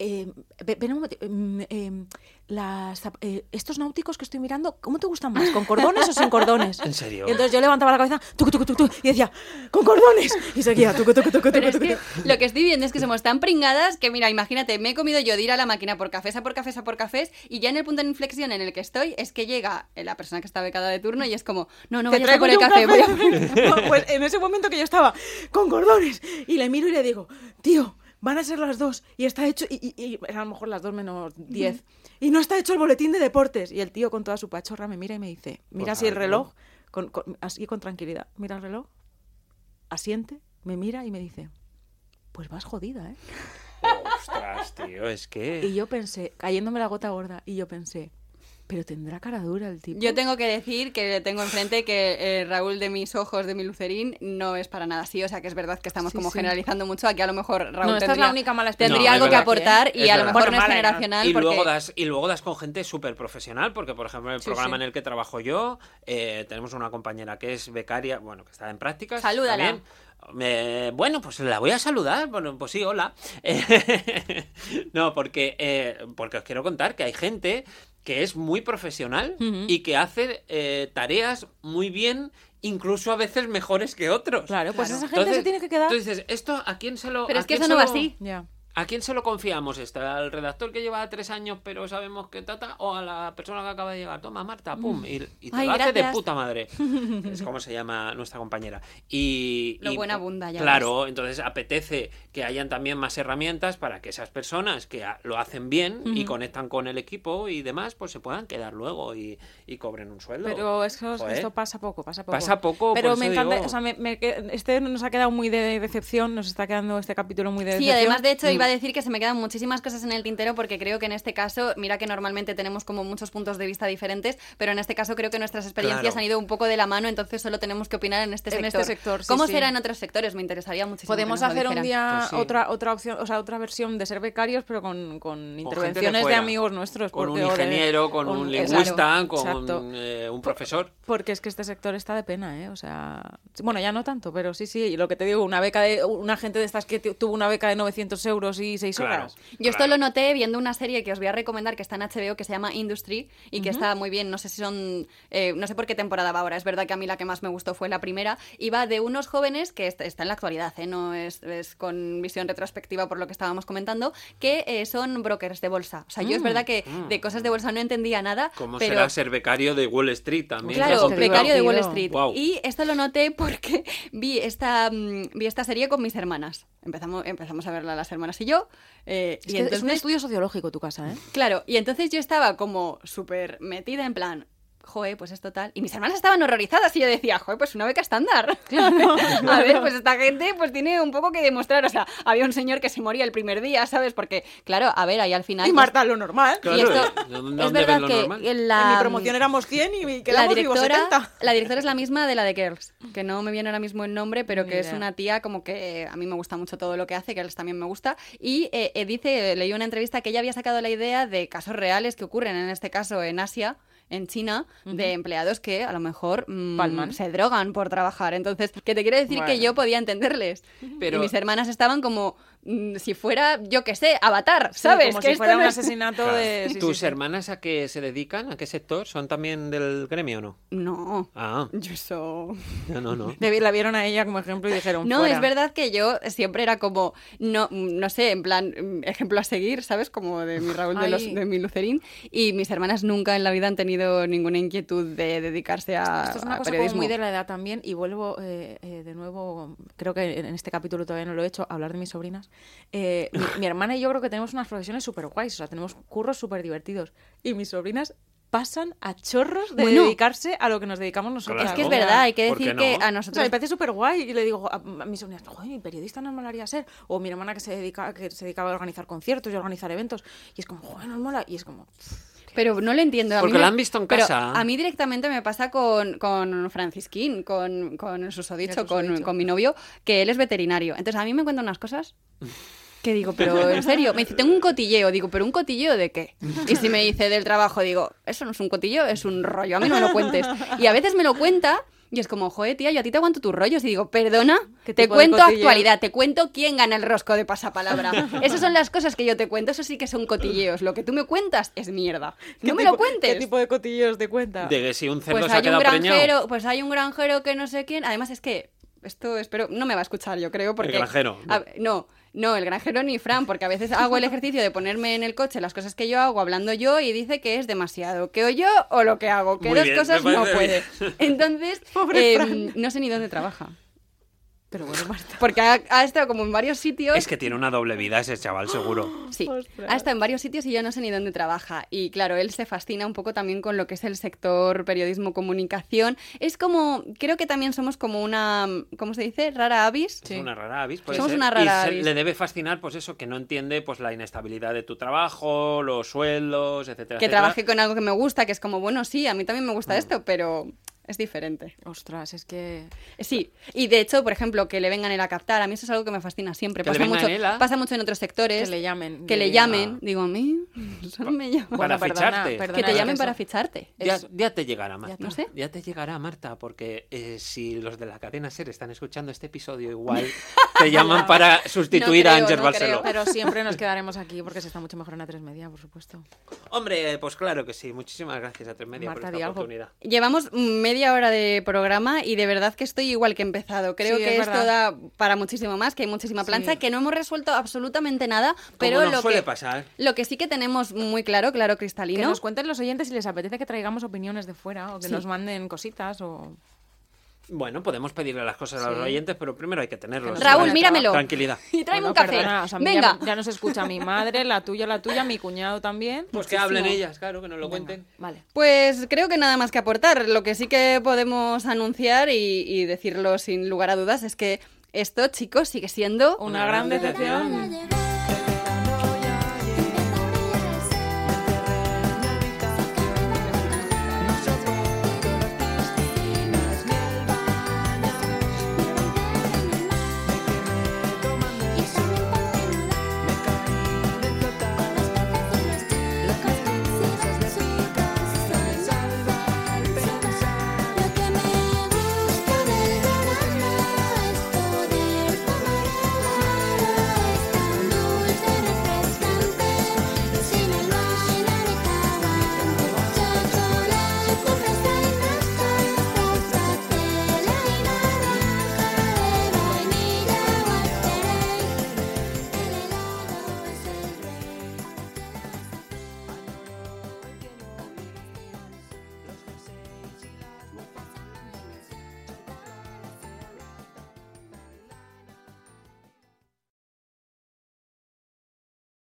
[SPEAKER 4] Eh, ve- ven un momento, mm, eh, las zap- eh, estos náuticos que estoy mirando, ¿cómo te gustan más? ¿Con cordones o sin cordones?
[SPEAKER 2] ¿En serio?
[SPEAKER 4] Y entonces yo levantaba la cabeza tucu, tucu, tucu, tucu, y decía, ¡con cordones! Y seguía, tucu, tucu, tucu,
[SPEAKER 1] *laughs* Pero
[SPEAKER 4] tucu,
[SPEAKER 1] es
[SPEAKER 4] tucu, *laughs*
[SPEAKER 1] que lo que estoy viendo es que somos tan pringadas que, mira, imagínate, me he comido yo de ir a la máquina por cafés, a por cafés, a por cafés, y ya en el punto de inflexión en el que estoy es que llega la persona que está becada de turno y es como, no, no
[SPEAKER 4] Te
[SPEAKER 1] vayas a por el
[SPEAKER 4] traigo
[SPEAKER 1] café,
[SPEAKER 4] yo un
[SPEAKER 1] voy a
[SPEAKER 4] café. No, *laughs* pues en ese momento que yo estaba con cordones y le miro y le digo, tío, van a ser las dos y está hecho, y, y- y eran a lo mejor las dos menos diez, y no está hecho el boletín de deportes. Y el tío con toda su pachorra me mira y me dice, mira
[SPEAKER 2] Pues
[SPEAKER 4] así el
[SPEAKER 2] algo.
[SPEAKER 4] reloj, con- con- así con tranquilidad, mira el reloj, asiente, me mira y me dice, pues vas jodida, ¿eh?
[SPEAKER 2] Ostras, tío, es
[SPEAKER 4] Y
[SPEAKER 2] que.
[SPEAKER 4] yo pensé, cayéndome la gota gorda, y yo pensé, pero tendrá cara dura el tipo.
[SPEAKER 1] *laughs* Yo tengo que decir que le tengo enfrente que eh, Raúl de mis ojos, de mi lucerín, no es para nada así. O sea, que es verdad que estamos
[SPEAKER 4] Sí,
[SPEAKER 1] como
[SPEAKER 4] sí.
[SPEAKER 1] generalizando mucho. Aquí a lo mejor Raúl
[SPEAKER 4] No,
[SPEAKER 1] tendría,
[SPEAKER 4] esta es la única mala experiencia
[SPEAKER 1] tendría
[SPEAKER 2] No, es
[SPEAKER 1] algo que
[SPEAKER 2] verdad.
[SPEAKER 1] aportar
[SPEAKER 2] Es
[SPEAKER 1] y a lo
[SPEAKER 2] verdad.
[SPEAKER 1] mejor
[SPEAKER 4] Bueno,
[SPEAKER 1] no es
[SPEAKER 4] mala, ¿no?
[SPEAKER 1] generacional.
[SPEAKER 2] Y
[SPEAKER 1] porque...
[SPEAKER 2] luego, das, y luego das con gente súper profesional, porque por ejemplo en el
[SPEAKER 4] Sí,
[SPEAKER 2] programa
[SPEAKER 4] sí.
[SPEAKER 2] en el que trabajo yo eh, tenemos una compañera que es becaria, bueno, que está en prácticas.
[SPEAKER 1] Salúdala.
[SPEAKER 2] también. eh, bueno, pues la voy a saludar. Bueno, pues sí, hola. *laughs* no, porque, eh, porque os quiero contar que hay gente que es muy profesional
[SPEAKER 4] Ujú.
[SPEAKER 2] y que hace eh, tareas muy bien, incluso a veces mejores que otros.
[SPEAKER 4] Claro, pues
[SPEAKER 1] Claro.
[SPEAKER 4] esa gente se tiene que quedar.
[SPEAKER 2] Tú dices, ¿esto a quién se lo.?
[SPEAKER 1] Pero
[SPEAKER 2] a
[SPEAKER 1] es que
[SPEAKER 2] quién
[SPEAKER 1] eso
[SPEAKER 2] se
[SPEAKER 1] no va
[SPEAKER 2] lo-
[SPEAKER 1] así.
[SPEAKER 4] Ya.
[SPEAKER 2] ¿A quién se lo confiamos esto? ¿Al redactor que lleva tres años pero sabemos que tata? ¿O a la persona que acaba de llegar? Toma, Marta,
[SPEAKER 4] Mm.
[SPEAKER 2] pum. Y, y te
[SPEAKER 1] Ay,
[SPEAKER 2] lo hace de
[SPEAKER 1] gracias.
[SPEAKER 2] puta
[SPEAKER 4] *laughs*
[SPEAKER 2] madre. Es como se llama nuestra compañera. Y,
[SPEAKER 1] Lo
[SPEAKER 2] y,
[SPEAKER 1] buena bunda, ya
[SPEAKER 2] Claro, entonces apetece que hayan también más herramientas para que esas personas que a- lo hacen bien y conectan con el equipo y demás, pues se puedan quedar luego y, y cobren un sueldo.
[SPEAKER 4] Pero eso,
[SPEAKER 2] Joder.
[SPEAKER 4] esto pasa poco, pasa poco.
[SPEAKER 2] Pasa poco,
[SPEAKER 4] Pero
[SPEAKER 2] por
[SPEAKER 4] me
[SPEAKER 2] eso
[SPEAKER 4] encanta,
[SPEAKER 2] digo.
[SPEAKER 4] o sea, me- me que- este nos ha quedado muy de decepción, nos está quedando este capítulo muy de
[SPEAKER 1] Sí,
[SPEAKER 4] decepción.
[SPEAKER 1] además de hecho
[SPEAKER 4] Mm.
[SPEAKER 1] iba a decir que se me quedan muchísimas cosas en el tintero porque creo que en este caso, mira que normalmente tenemos como muchos puntos de vista diferentes, pero en este caso creo que nuestras experiencias
[SPEAKER 2] Claro.
[SPEAKER 1] han ido un poco de la mano, entonces solo tenemos que opinar en este
[SPEAKER 4] En
[SPEAKER 1] sector.
[SPEAKER 4] este sector, sí,
[SPEAKER 1] ¿Cómo
[SPEAKER 4] sí.
[SPEAKER 1] será en otros sectores? Me interesaría muchísimo. que nos
[SPEAKER 4] Podemos
[SPEAKER 1] lo
[SPEAKER 4] hacer
[SPEAKER 1] dijeran.
[SPEAKER 4] un día
[SPEAKER 2] Pues sí.
[SPEAKER 4] otra otra opción, o sea, otra versión de ser becarios, pero con, con
[SPEAKER 2] Con gente
[SPEAKER 4] intervenciones de,
[SPEAKER 2] fuera.
[SPEAKER 4] amigos nuestros.
[SPEAKER 2] Con un
[SPEAKER 4] porque- o de-
[SPEAKER 2] ingeniero, con, un lingüista,
[SPEAKER 4] Claro, exacto.
[SPEAKER 2] con eh, un profesor.
[SPEAKER 4] Porque es que este sector está de pena, ¿eh? O sea, bueno, ya no tanto, pero sí, sí, y lo que te digo, una beca de una gente de estas que tu- tuvo una beca de 900 euros y 6
[SPEAKER 2] Claro.
[SPEAKER 4] horas.
[SPEAKER 1] Yo esto
[SPEAKER 2] Claro.
[SPEAKER 1] lo noté viendo una serie que os voy a recomendar que está en HBO que se llama Industry y que está muy bien. No sé si son. eh, no sé por qué temporada va ahora. Es verdad que a mí la que más me gustó fue la primera. Y va de unos jóvenes que est- está en la actualidad, ¿eh? no es, es con visión retrospectiva por lo que estábamos comentando, que eh, son brokers de bolsa. O sea,
[SPEAKER 4] Mm.
[SPEAKER 1] yo es verdad que de cosas de bolsa no entendía nada.
[SPEAKER 2] Mm. ¿Cómo
[SPEAKER 1] pero...
[SPEAKER 2] será ser becario de Wall Street también?
[SPEAKER 4] Qué
[SPEAKER 1] Claro,
[SPEAKER 4] complicado.
[SPEAKER 1] becario de Wall Street.
[SPEAKER 2] Guau.
[SPEAKER 1] Y esto lo noté porque *laughs* vi esta, mm, vi esta serie con mis hermanas. Empezamos, empezamos a verla las hermanas y yo. eh,
[SPEAKER 4] Es
[SPEAKER 1] y
[SPEAKER 4] que es un
[SPEAKER 1] entonces
[SPEAKER 4] estudio sociológico tu casa, ¿eh?
[SPEAKER 1] Claro, y entonces yo estaba como súper metida en plan, joe, pues es total. Y mis hermanas estaban horrorizadas y yo decía, joe, pues una beca estándar. *laughs* A ver, pues esta gente pues tiene un poco que demostrar. O sea, había un señor que se moría el primer día, ¿sabes? Porque, claro, a ver, ahí al final...
[SPEAKER 4] *laughs* Y Marta, lo normal.
[SPEAKER 1] y
[SPEAKER 2] Claro,
[SPEAKER 1] esto-
[SPEAKER 2] ¿dónde
[SPEAKER 1] es
[SPEAKER 2] ven
[SPEAKER 1] verdad
[SPEAKER 2] lo
[SPEAKER 1] que
[SPEAKER 2] normal?
[SPEAKER 1] en la...
[SPEAKER 4] En mi promoción éramos 100 y- y
[SPEAKER 1] la
[SPEAKER 4] quedamos vivos
[SPEAKER 1] directora,
[SPEAKER 4] 70.
[SPEAKER 1] la directora es la misma de la de Girls, que no me viene ahora mismo el nombre, pero que
[SPEAKER 4] Ni
[SPEAKER 1] es
[SPEAKER 4] idea.
[SPEAKER 1] una tía como que eh, a mí me gusta mucho todo lo que hace, Girls también me gusta, y eh, eh, dice, eh, leí una entrevista que ella había sacado la idea de casos reales que ocurren, en este caso en Asia, en China, de empleados que a lo mejor mm,
[SPEAKER 4] Palman.
[SPEAKER 1] se drogan por trabajar. Entonces, que te quiero decir que
[SPEAKER 4] Bueno.
[SPEAKER 1] yo podía entenderles.
[SPEAKER 2] Pero-
[SPEAKER 1] Y mis hermanas estaban como, mm, si fuera, yo qué sé, avatar,
[SPEAKER 4] Sí,
[SPEAKER 1] ¿sabes?
[SPEAKER 4] Como
[SPEAKER 1] que
[SPEAKER 4] si
[SPEAKER 1] esto
[SPEAKER 4] fuera
[SPEAKER 1] no
[SPEAKER 4] un
[SPEAKER 1] es-
[SPEAKER 4] asesinato
[SPEAKER 2] Claro.
[SPEAKER 4] de... sí, sí,
[SPEAKER 2] ¿Tus
[SPEAKER 4] sí.
[SPEAKER 2] hermanas a qué se dedican? ¿A qué sector? ¿Son también del gremio o no?
[SPEAKER 1] No,
[SPEAKER 2] Ah,
[SPEAKER 1] yo eso...
[SPEAKER 2] no,
[SPEAKER 1] *laughs*
[SPEAKER 2] no, no.
[SPEAKER 4] Le vi- La vieron a ella como ejemplo y dijeron
[SPEAKER 1] No,
[SPEAKER 4] fuera.
[SPEAKER 1] es verdad que yo siempre era como, no, no sé, en plan, mm, ejemplo a seguir, ¿sabes? Como de mi Raúl, de, los-
[SPEAKER 4] Ay.
[SPEAKER 1] de mi Lucerín. Y mis hermanas nunca en la vida han tenido ninguna inquietud de dedicarse a,
[SPEAKER 4] Esto es una
[SPEAKER 1] a
[SPEAKER 4] cosa como
[SPEAKER 1] periodismo.
[SPEAKER 4] muy de la edad también y vuelvo eh, eh, de nuevo, creo que en en este capítulo todavía no lo he hecho, a hablar de mis sobrinas. Eh, mi, mi hermana y yo creo que tenemos unas profesiones súper guays, o sea, tenemos curros súper divertidos y mis sobrinas pasan a chorros de
[SPEAKER 1] Bueno.
[SPEAKER 4] dedicarse a lo que nos dedicamos nosotros.
[SPEAKER 1] Es que es
[SPEAKER 2] Claro.
[SPEAKER 1] verdad, hay que
[SPEAKER 2] ¿Por qué
[SPEAKER 1] decir que
[SPEAKER 2] no?
[SPEAKER 1] a
[SPEAKER 4] O sea,
[SPEAKER 1] nosotros...
[SPEAKER 4] me parece súper guay y le digo a, a mis sobrinas, joder, mi periodista no molaría ser. O mi hermana que se dedica que se dedicaba a organizar conciertos y a organizar eventos. Y es como, joder, nos mola. Y es como,
[SPEAKER 1] Pero no lo entiendo. A
[SPEAKER 2] Porque
[SPEAKER 1] mí
[SPEAKER 2] lo
[SPEAKER 1] me-
[SPEAKER 2] han visto en
[SPEAKER 1] pero
[SPEAKER 2] casa.
[SPEAKER 1] A mí directamente me pasa con, con Francisquín, con, con el susodicho,
[SPEAKER 4] El
[SPEAKER 1] con,
[SPEAKER 4] susodicho.
[SPEAKER 1] con mi novio, que él es veterinario. Entonces a mí me cuentan unas cosas que digo, pero en serio, me dice, tengo un cotilleo. Digo, ¿pero un cotilleo de qué? Y si me dice del trabajo, digo, eso no es un cotilleo, es un rollo, a mí no me lo cuentes. Y a veces me lo cuenta. Y es como, joder, tía, yo a ti te aguanto tus rollos. Y digo, perdona,
[SPEAKER 4] ¿Qué
[SPEAKER 1] te
[SPEAKER 4] tipo de
[SPEAKER 1] cuento
[SPEAKER 4] cotilleo?
[SPEAKER 1] actualidad, te cuento quién gana el rosco de
[SPEAKER 4] *laughs*
[SPEAKER 1] pasapalabra. Esas son las cosas que yo te cuento, eso sí que son cotilleos. Lo que tú me cuentas es mierda.
[SPEAKER 4] ¿qué
[SPEAKER 1] No me
[SPEAKER 4] tipo-
[SPEAKER 1] lo cuentes.
[SPEAKER 4] ¿Qué tipo de cotillos te cuenta?
[SPEAKER 2] De que si un cerdo
[SPEAKER 1] pues
[SPEAKER 2] se ha
[SPEAKER 1] hay un
[SPEAKER 2] quedado preñado.
[SPEAKER 1] granjero, pues hay un granjero que no sé quién. Además es que esto espero no me va a escuchar, yo creo, porque
[SPEAKER 2] granjero, no.
[SPEAKER 1] A- no. No, el granjero ni Fran, porque a veces hago el ejercicio de ponerme en el coche las cosas que yo hago hablando yo y dice que es demasiado, que o yo o lo que hago, que
[SPEAKER 2] Muy
[SPEAKER 1] dos
[SPEAKER 2] bien,
[SPEAKER 1] cosas
[SPEAKER 2] me
[SPEAKER 1] no
[SPEAKER 2] parece
[SPEAKER 1] puede.
[SPEAKER 2] bien. *laughs*
[SPEAKER 1] Entonces,
[SPEAKER 4] Pobre
[SPEAKER 1] eh,
[SPEAKER 4] Fran.
[SPEAKER 1] no sé ni dónde trabaja,
[SPEAKER 4] Pero bueno, Marta.
[SPEAKER 1] porque ha, ha estado como en varios sitios
[SPEAKER 2] Es que tiene una doble vida ese chaval, seguro.
[SPEAKER 1] Sí,
[SPEAKER 4] Ostras.
[SPEAKER 1] ha estado en varios sitios y yo no sé ni dónde trabaja. Y claro, él se fascina un poco también con lo que es el sector periodismo, comunicación. Es como, creo que también somos como una, ¿cómo se dice? Rara avis.
[SPEAKER 4] Sí.
[SPEAKER 2] Es una rara avis, puede
[SPEAKER 1] Somos
[SPEAKER 2] ser.
[SPEAKER 1] una rara
[SPEAKER 2] y se-
[SPEAKER 1] avis.
[SPEAKER 2] le debe fascinar, pues eso, que no entiende pues la inestabilidad de tu trabajo, los sueldos, etcétera,
[SPEAKER 1] Que
[SPEAKER 4] Mm.
[SPEAKER 2] etcétera.
[SPEAKER 1] trabaje con algo que me gusta, que es como, bueno, sí, a mí también me gusta esto, pero es diferente. Eh,
[SPEAKER 4] Ostras, es que.
[SPEAKER 1] Sí, y de hecho, por ejemplo, que le vengan él a captar, a mí eso es algo que me fascina siempre.
[SPEAKER 2] Que le
[SPEAKER 1] Pasa
[SPEAKER 2] vengan
[SPEAKER 1] mucho,
[SPEAKER 2] él a-
[SPEAKER 1] pasa mucho en otros
[SPEAKER 4] Que
[SPEAKER 1] sectores,
[SPEAKER 4] le llamen.
[SPEAKER 1] que le
[SPEAKER 4] de-
[SPEAKER 1] llamen, digo a mí, *laughs* solo me llaman.
[SPEAKER 2] Para
[SPEAKER 4] Bueno,
[SPEAKER 2] ficharte.
[SPEAKER 4] perdona
[SPEAKER 1] que te llamen
[SPEAKER 4] eso.
[SPEAKER 1] para ficharte.
[SPEAKER 2] Ya,
[SPEAKER 4] Eso.
[SPEAKER 2] ya te llegará, Marta.
[SPEAKER 4] te-
[SPEAKER 1] No sé.
[SPEAKER 2] Ya te llegará, Marta, porque eh, si los de la cadena SER están escuchando
[SPEAKER 1] *laughs*
[SPEAKER 2] este episodio, igual te llaman para sustituir
[SPEAKER 1] No
[SPEAKER 2] a
[SPEAKER 1] creo,
[SPEAKER 2] Ángel
[SPEAKER 1] no
[SPEAKER 2] Barceló.
[SPEAKER 1] creo.
[SPEAKER 4] Pero siempre nos quedaremos aquí porque se está mucho mejor en la tres media, por supuesto.
[SPEAKER 2] Hombre, pues claro que sí. Muchísimas gracias a Tres Media
[SPEAKER 4] Marta,
[SPEAKER 2] por
[SPEAKER 4] di
[SPEAKER 2] esta
[SPEAKER 4] algo.
[SPEAKER 2] oportunidad.
[SPEAKER 1] Llevamos media hora de programa y de verdad que estoy igual que he empezado. Creo
[SPEAKER 4] Sí,
[SPEAKER 1] que
[SPEAKER 4] es
[SPEAKER 1] esto
[SPEAKER 4] verdad.
[SPEAKER 1] da para muchísimo más, que hay muchísima plancha,
[SPEAKER 4] Sí.
[SPEAKER 1] que no hemos resuelto absolutamente nada, pero
[SPEAKER 2] Como nos
[SPEAKER 1] lo,
[SPEAKER 2] suele
[SPEAKER 1] que,
[SPEAKER 2] pasar.
[SPEAKER 1] lo que sí que tenemos muy claro, claro
[SPEAKER 4] Que
[SPEAKER 1] cristalino,
[SPEAKER 4] nos cuenten los oyentes si les apetece que traigamos opiniones de fuera o que
[SPEAKER 1] Sí.
[SPEAKER 4] nos manden cositas o.
[SPEAKER 2] Bueno, podemos pedirle las cosas a los
[SPEAKER 4] Sí.
[SPEAKER 2] oyentes, pero primero hay que tenerlos.
[SPEAKER 4] nos
[SPEAKER 1] Raúl,
[SPEAKER 4] Bueno,
[SPEAKER 1] míramelo. *laughs*
[SPEAKER 2] Tranquilidad.
[SPEAKER 1] Y tráeme
[SPEAKER 4] Bueno,
[SPEAKER 1] un café.
[SPEAKER 4] perdona, o sea, a mí
[SPEAKER 1] Venga.
[SPEAKER 4] Ya, ya nos escucha mi madre, la tuya, la tuya, mi cuñado también.
[SPEAKER 2] Pues que
[SPEAKER 4] Muchísimo.
[SPEAKER 2] hablen ellas, claro, que nos lo
[SPEAKER 4] Venga,
[SPEAKER 2] cuenten.
[SPEAKER 4] Vale.
[SPEAKER 1] Pues creo que nada más que aportar. Lo que sí que podemos anunciar y, y decirlo sin lugar a dudas es que esto, chicos, sigue siendo
[SPEAKER 4] Una, gran decepción.
[SPEAKER 5] llegar.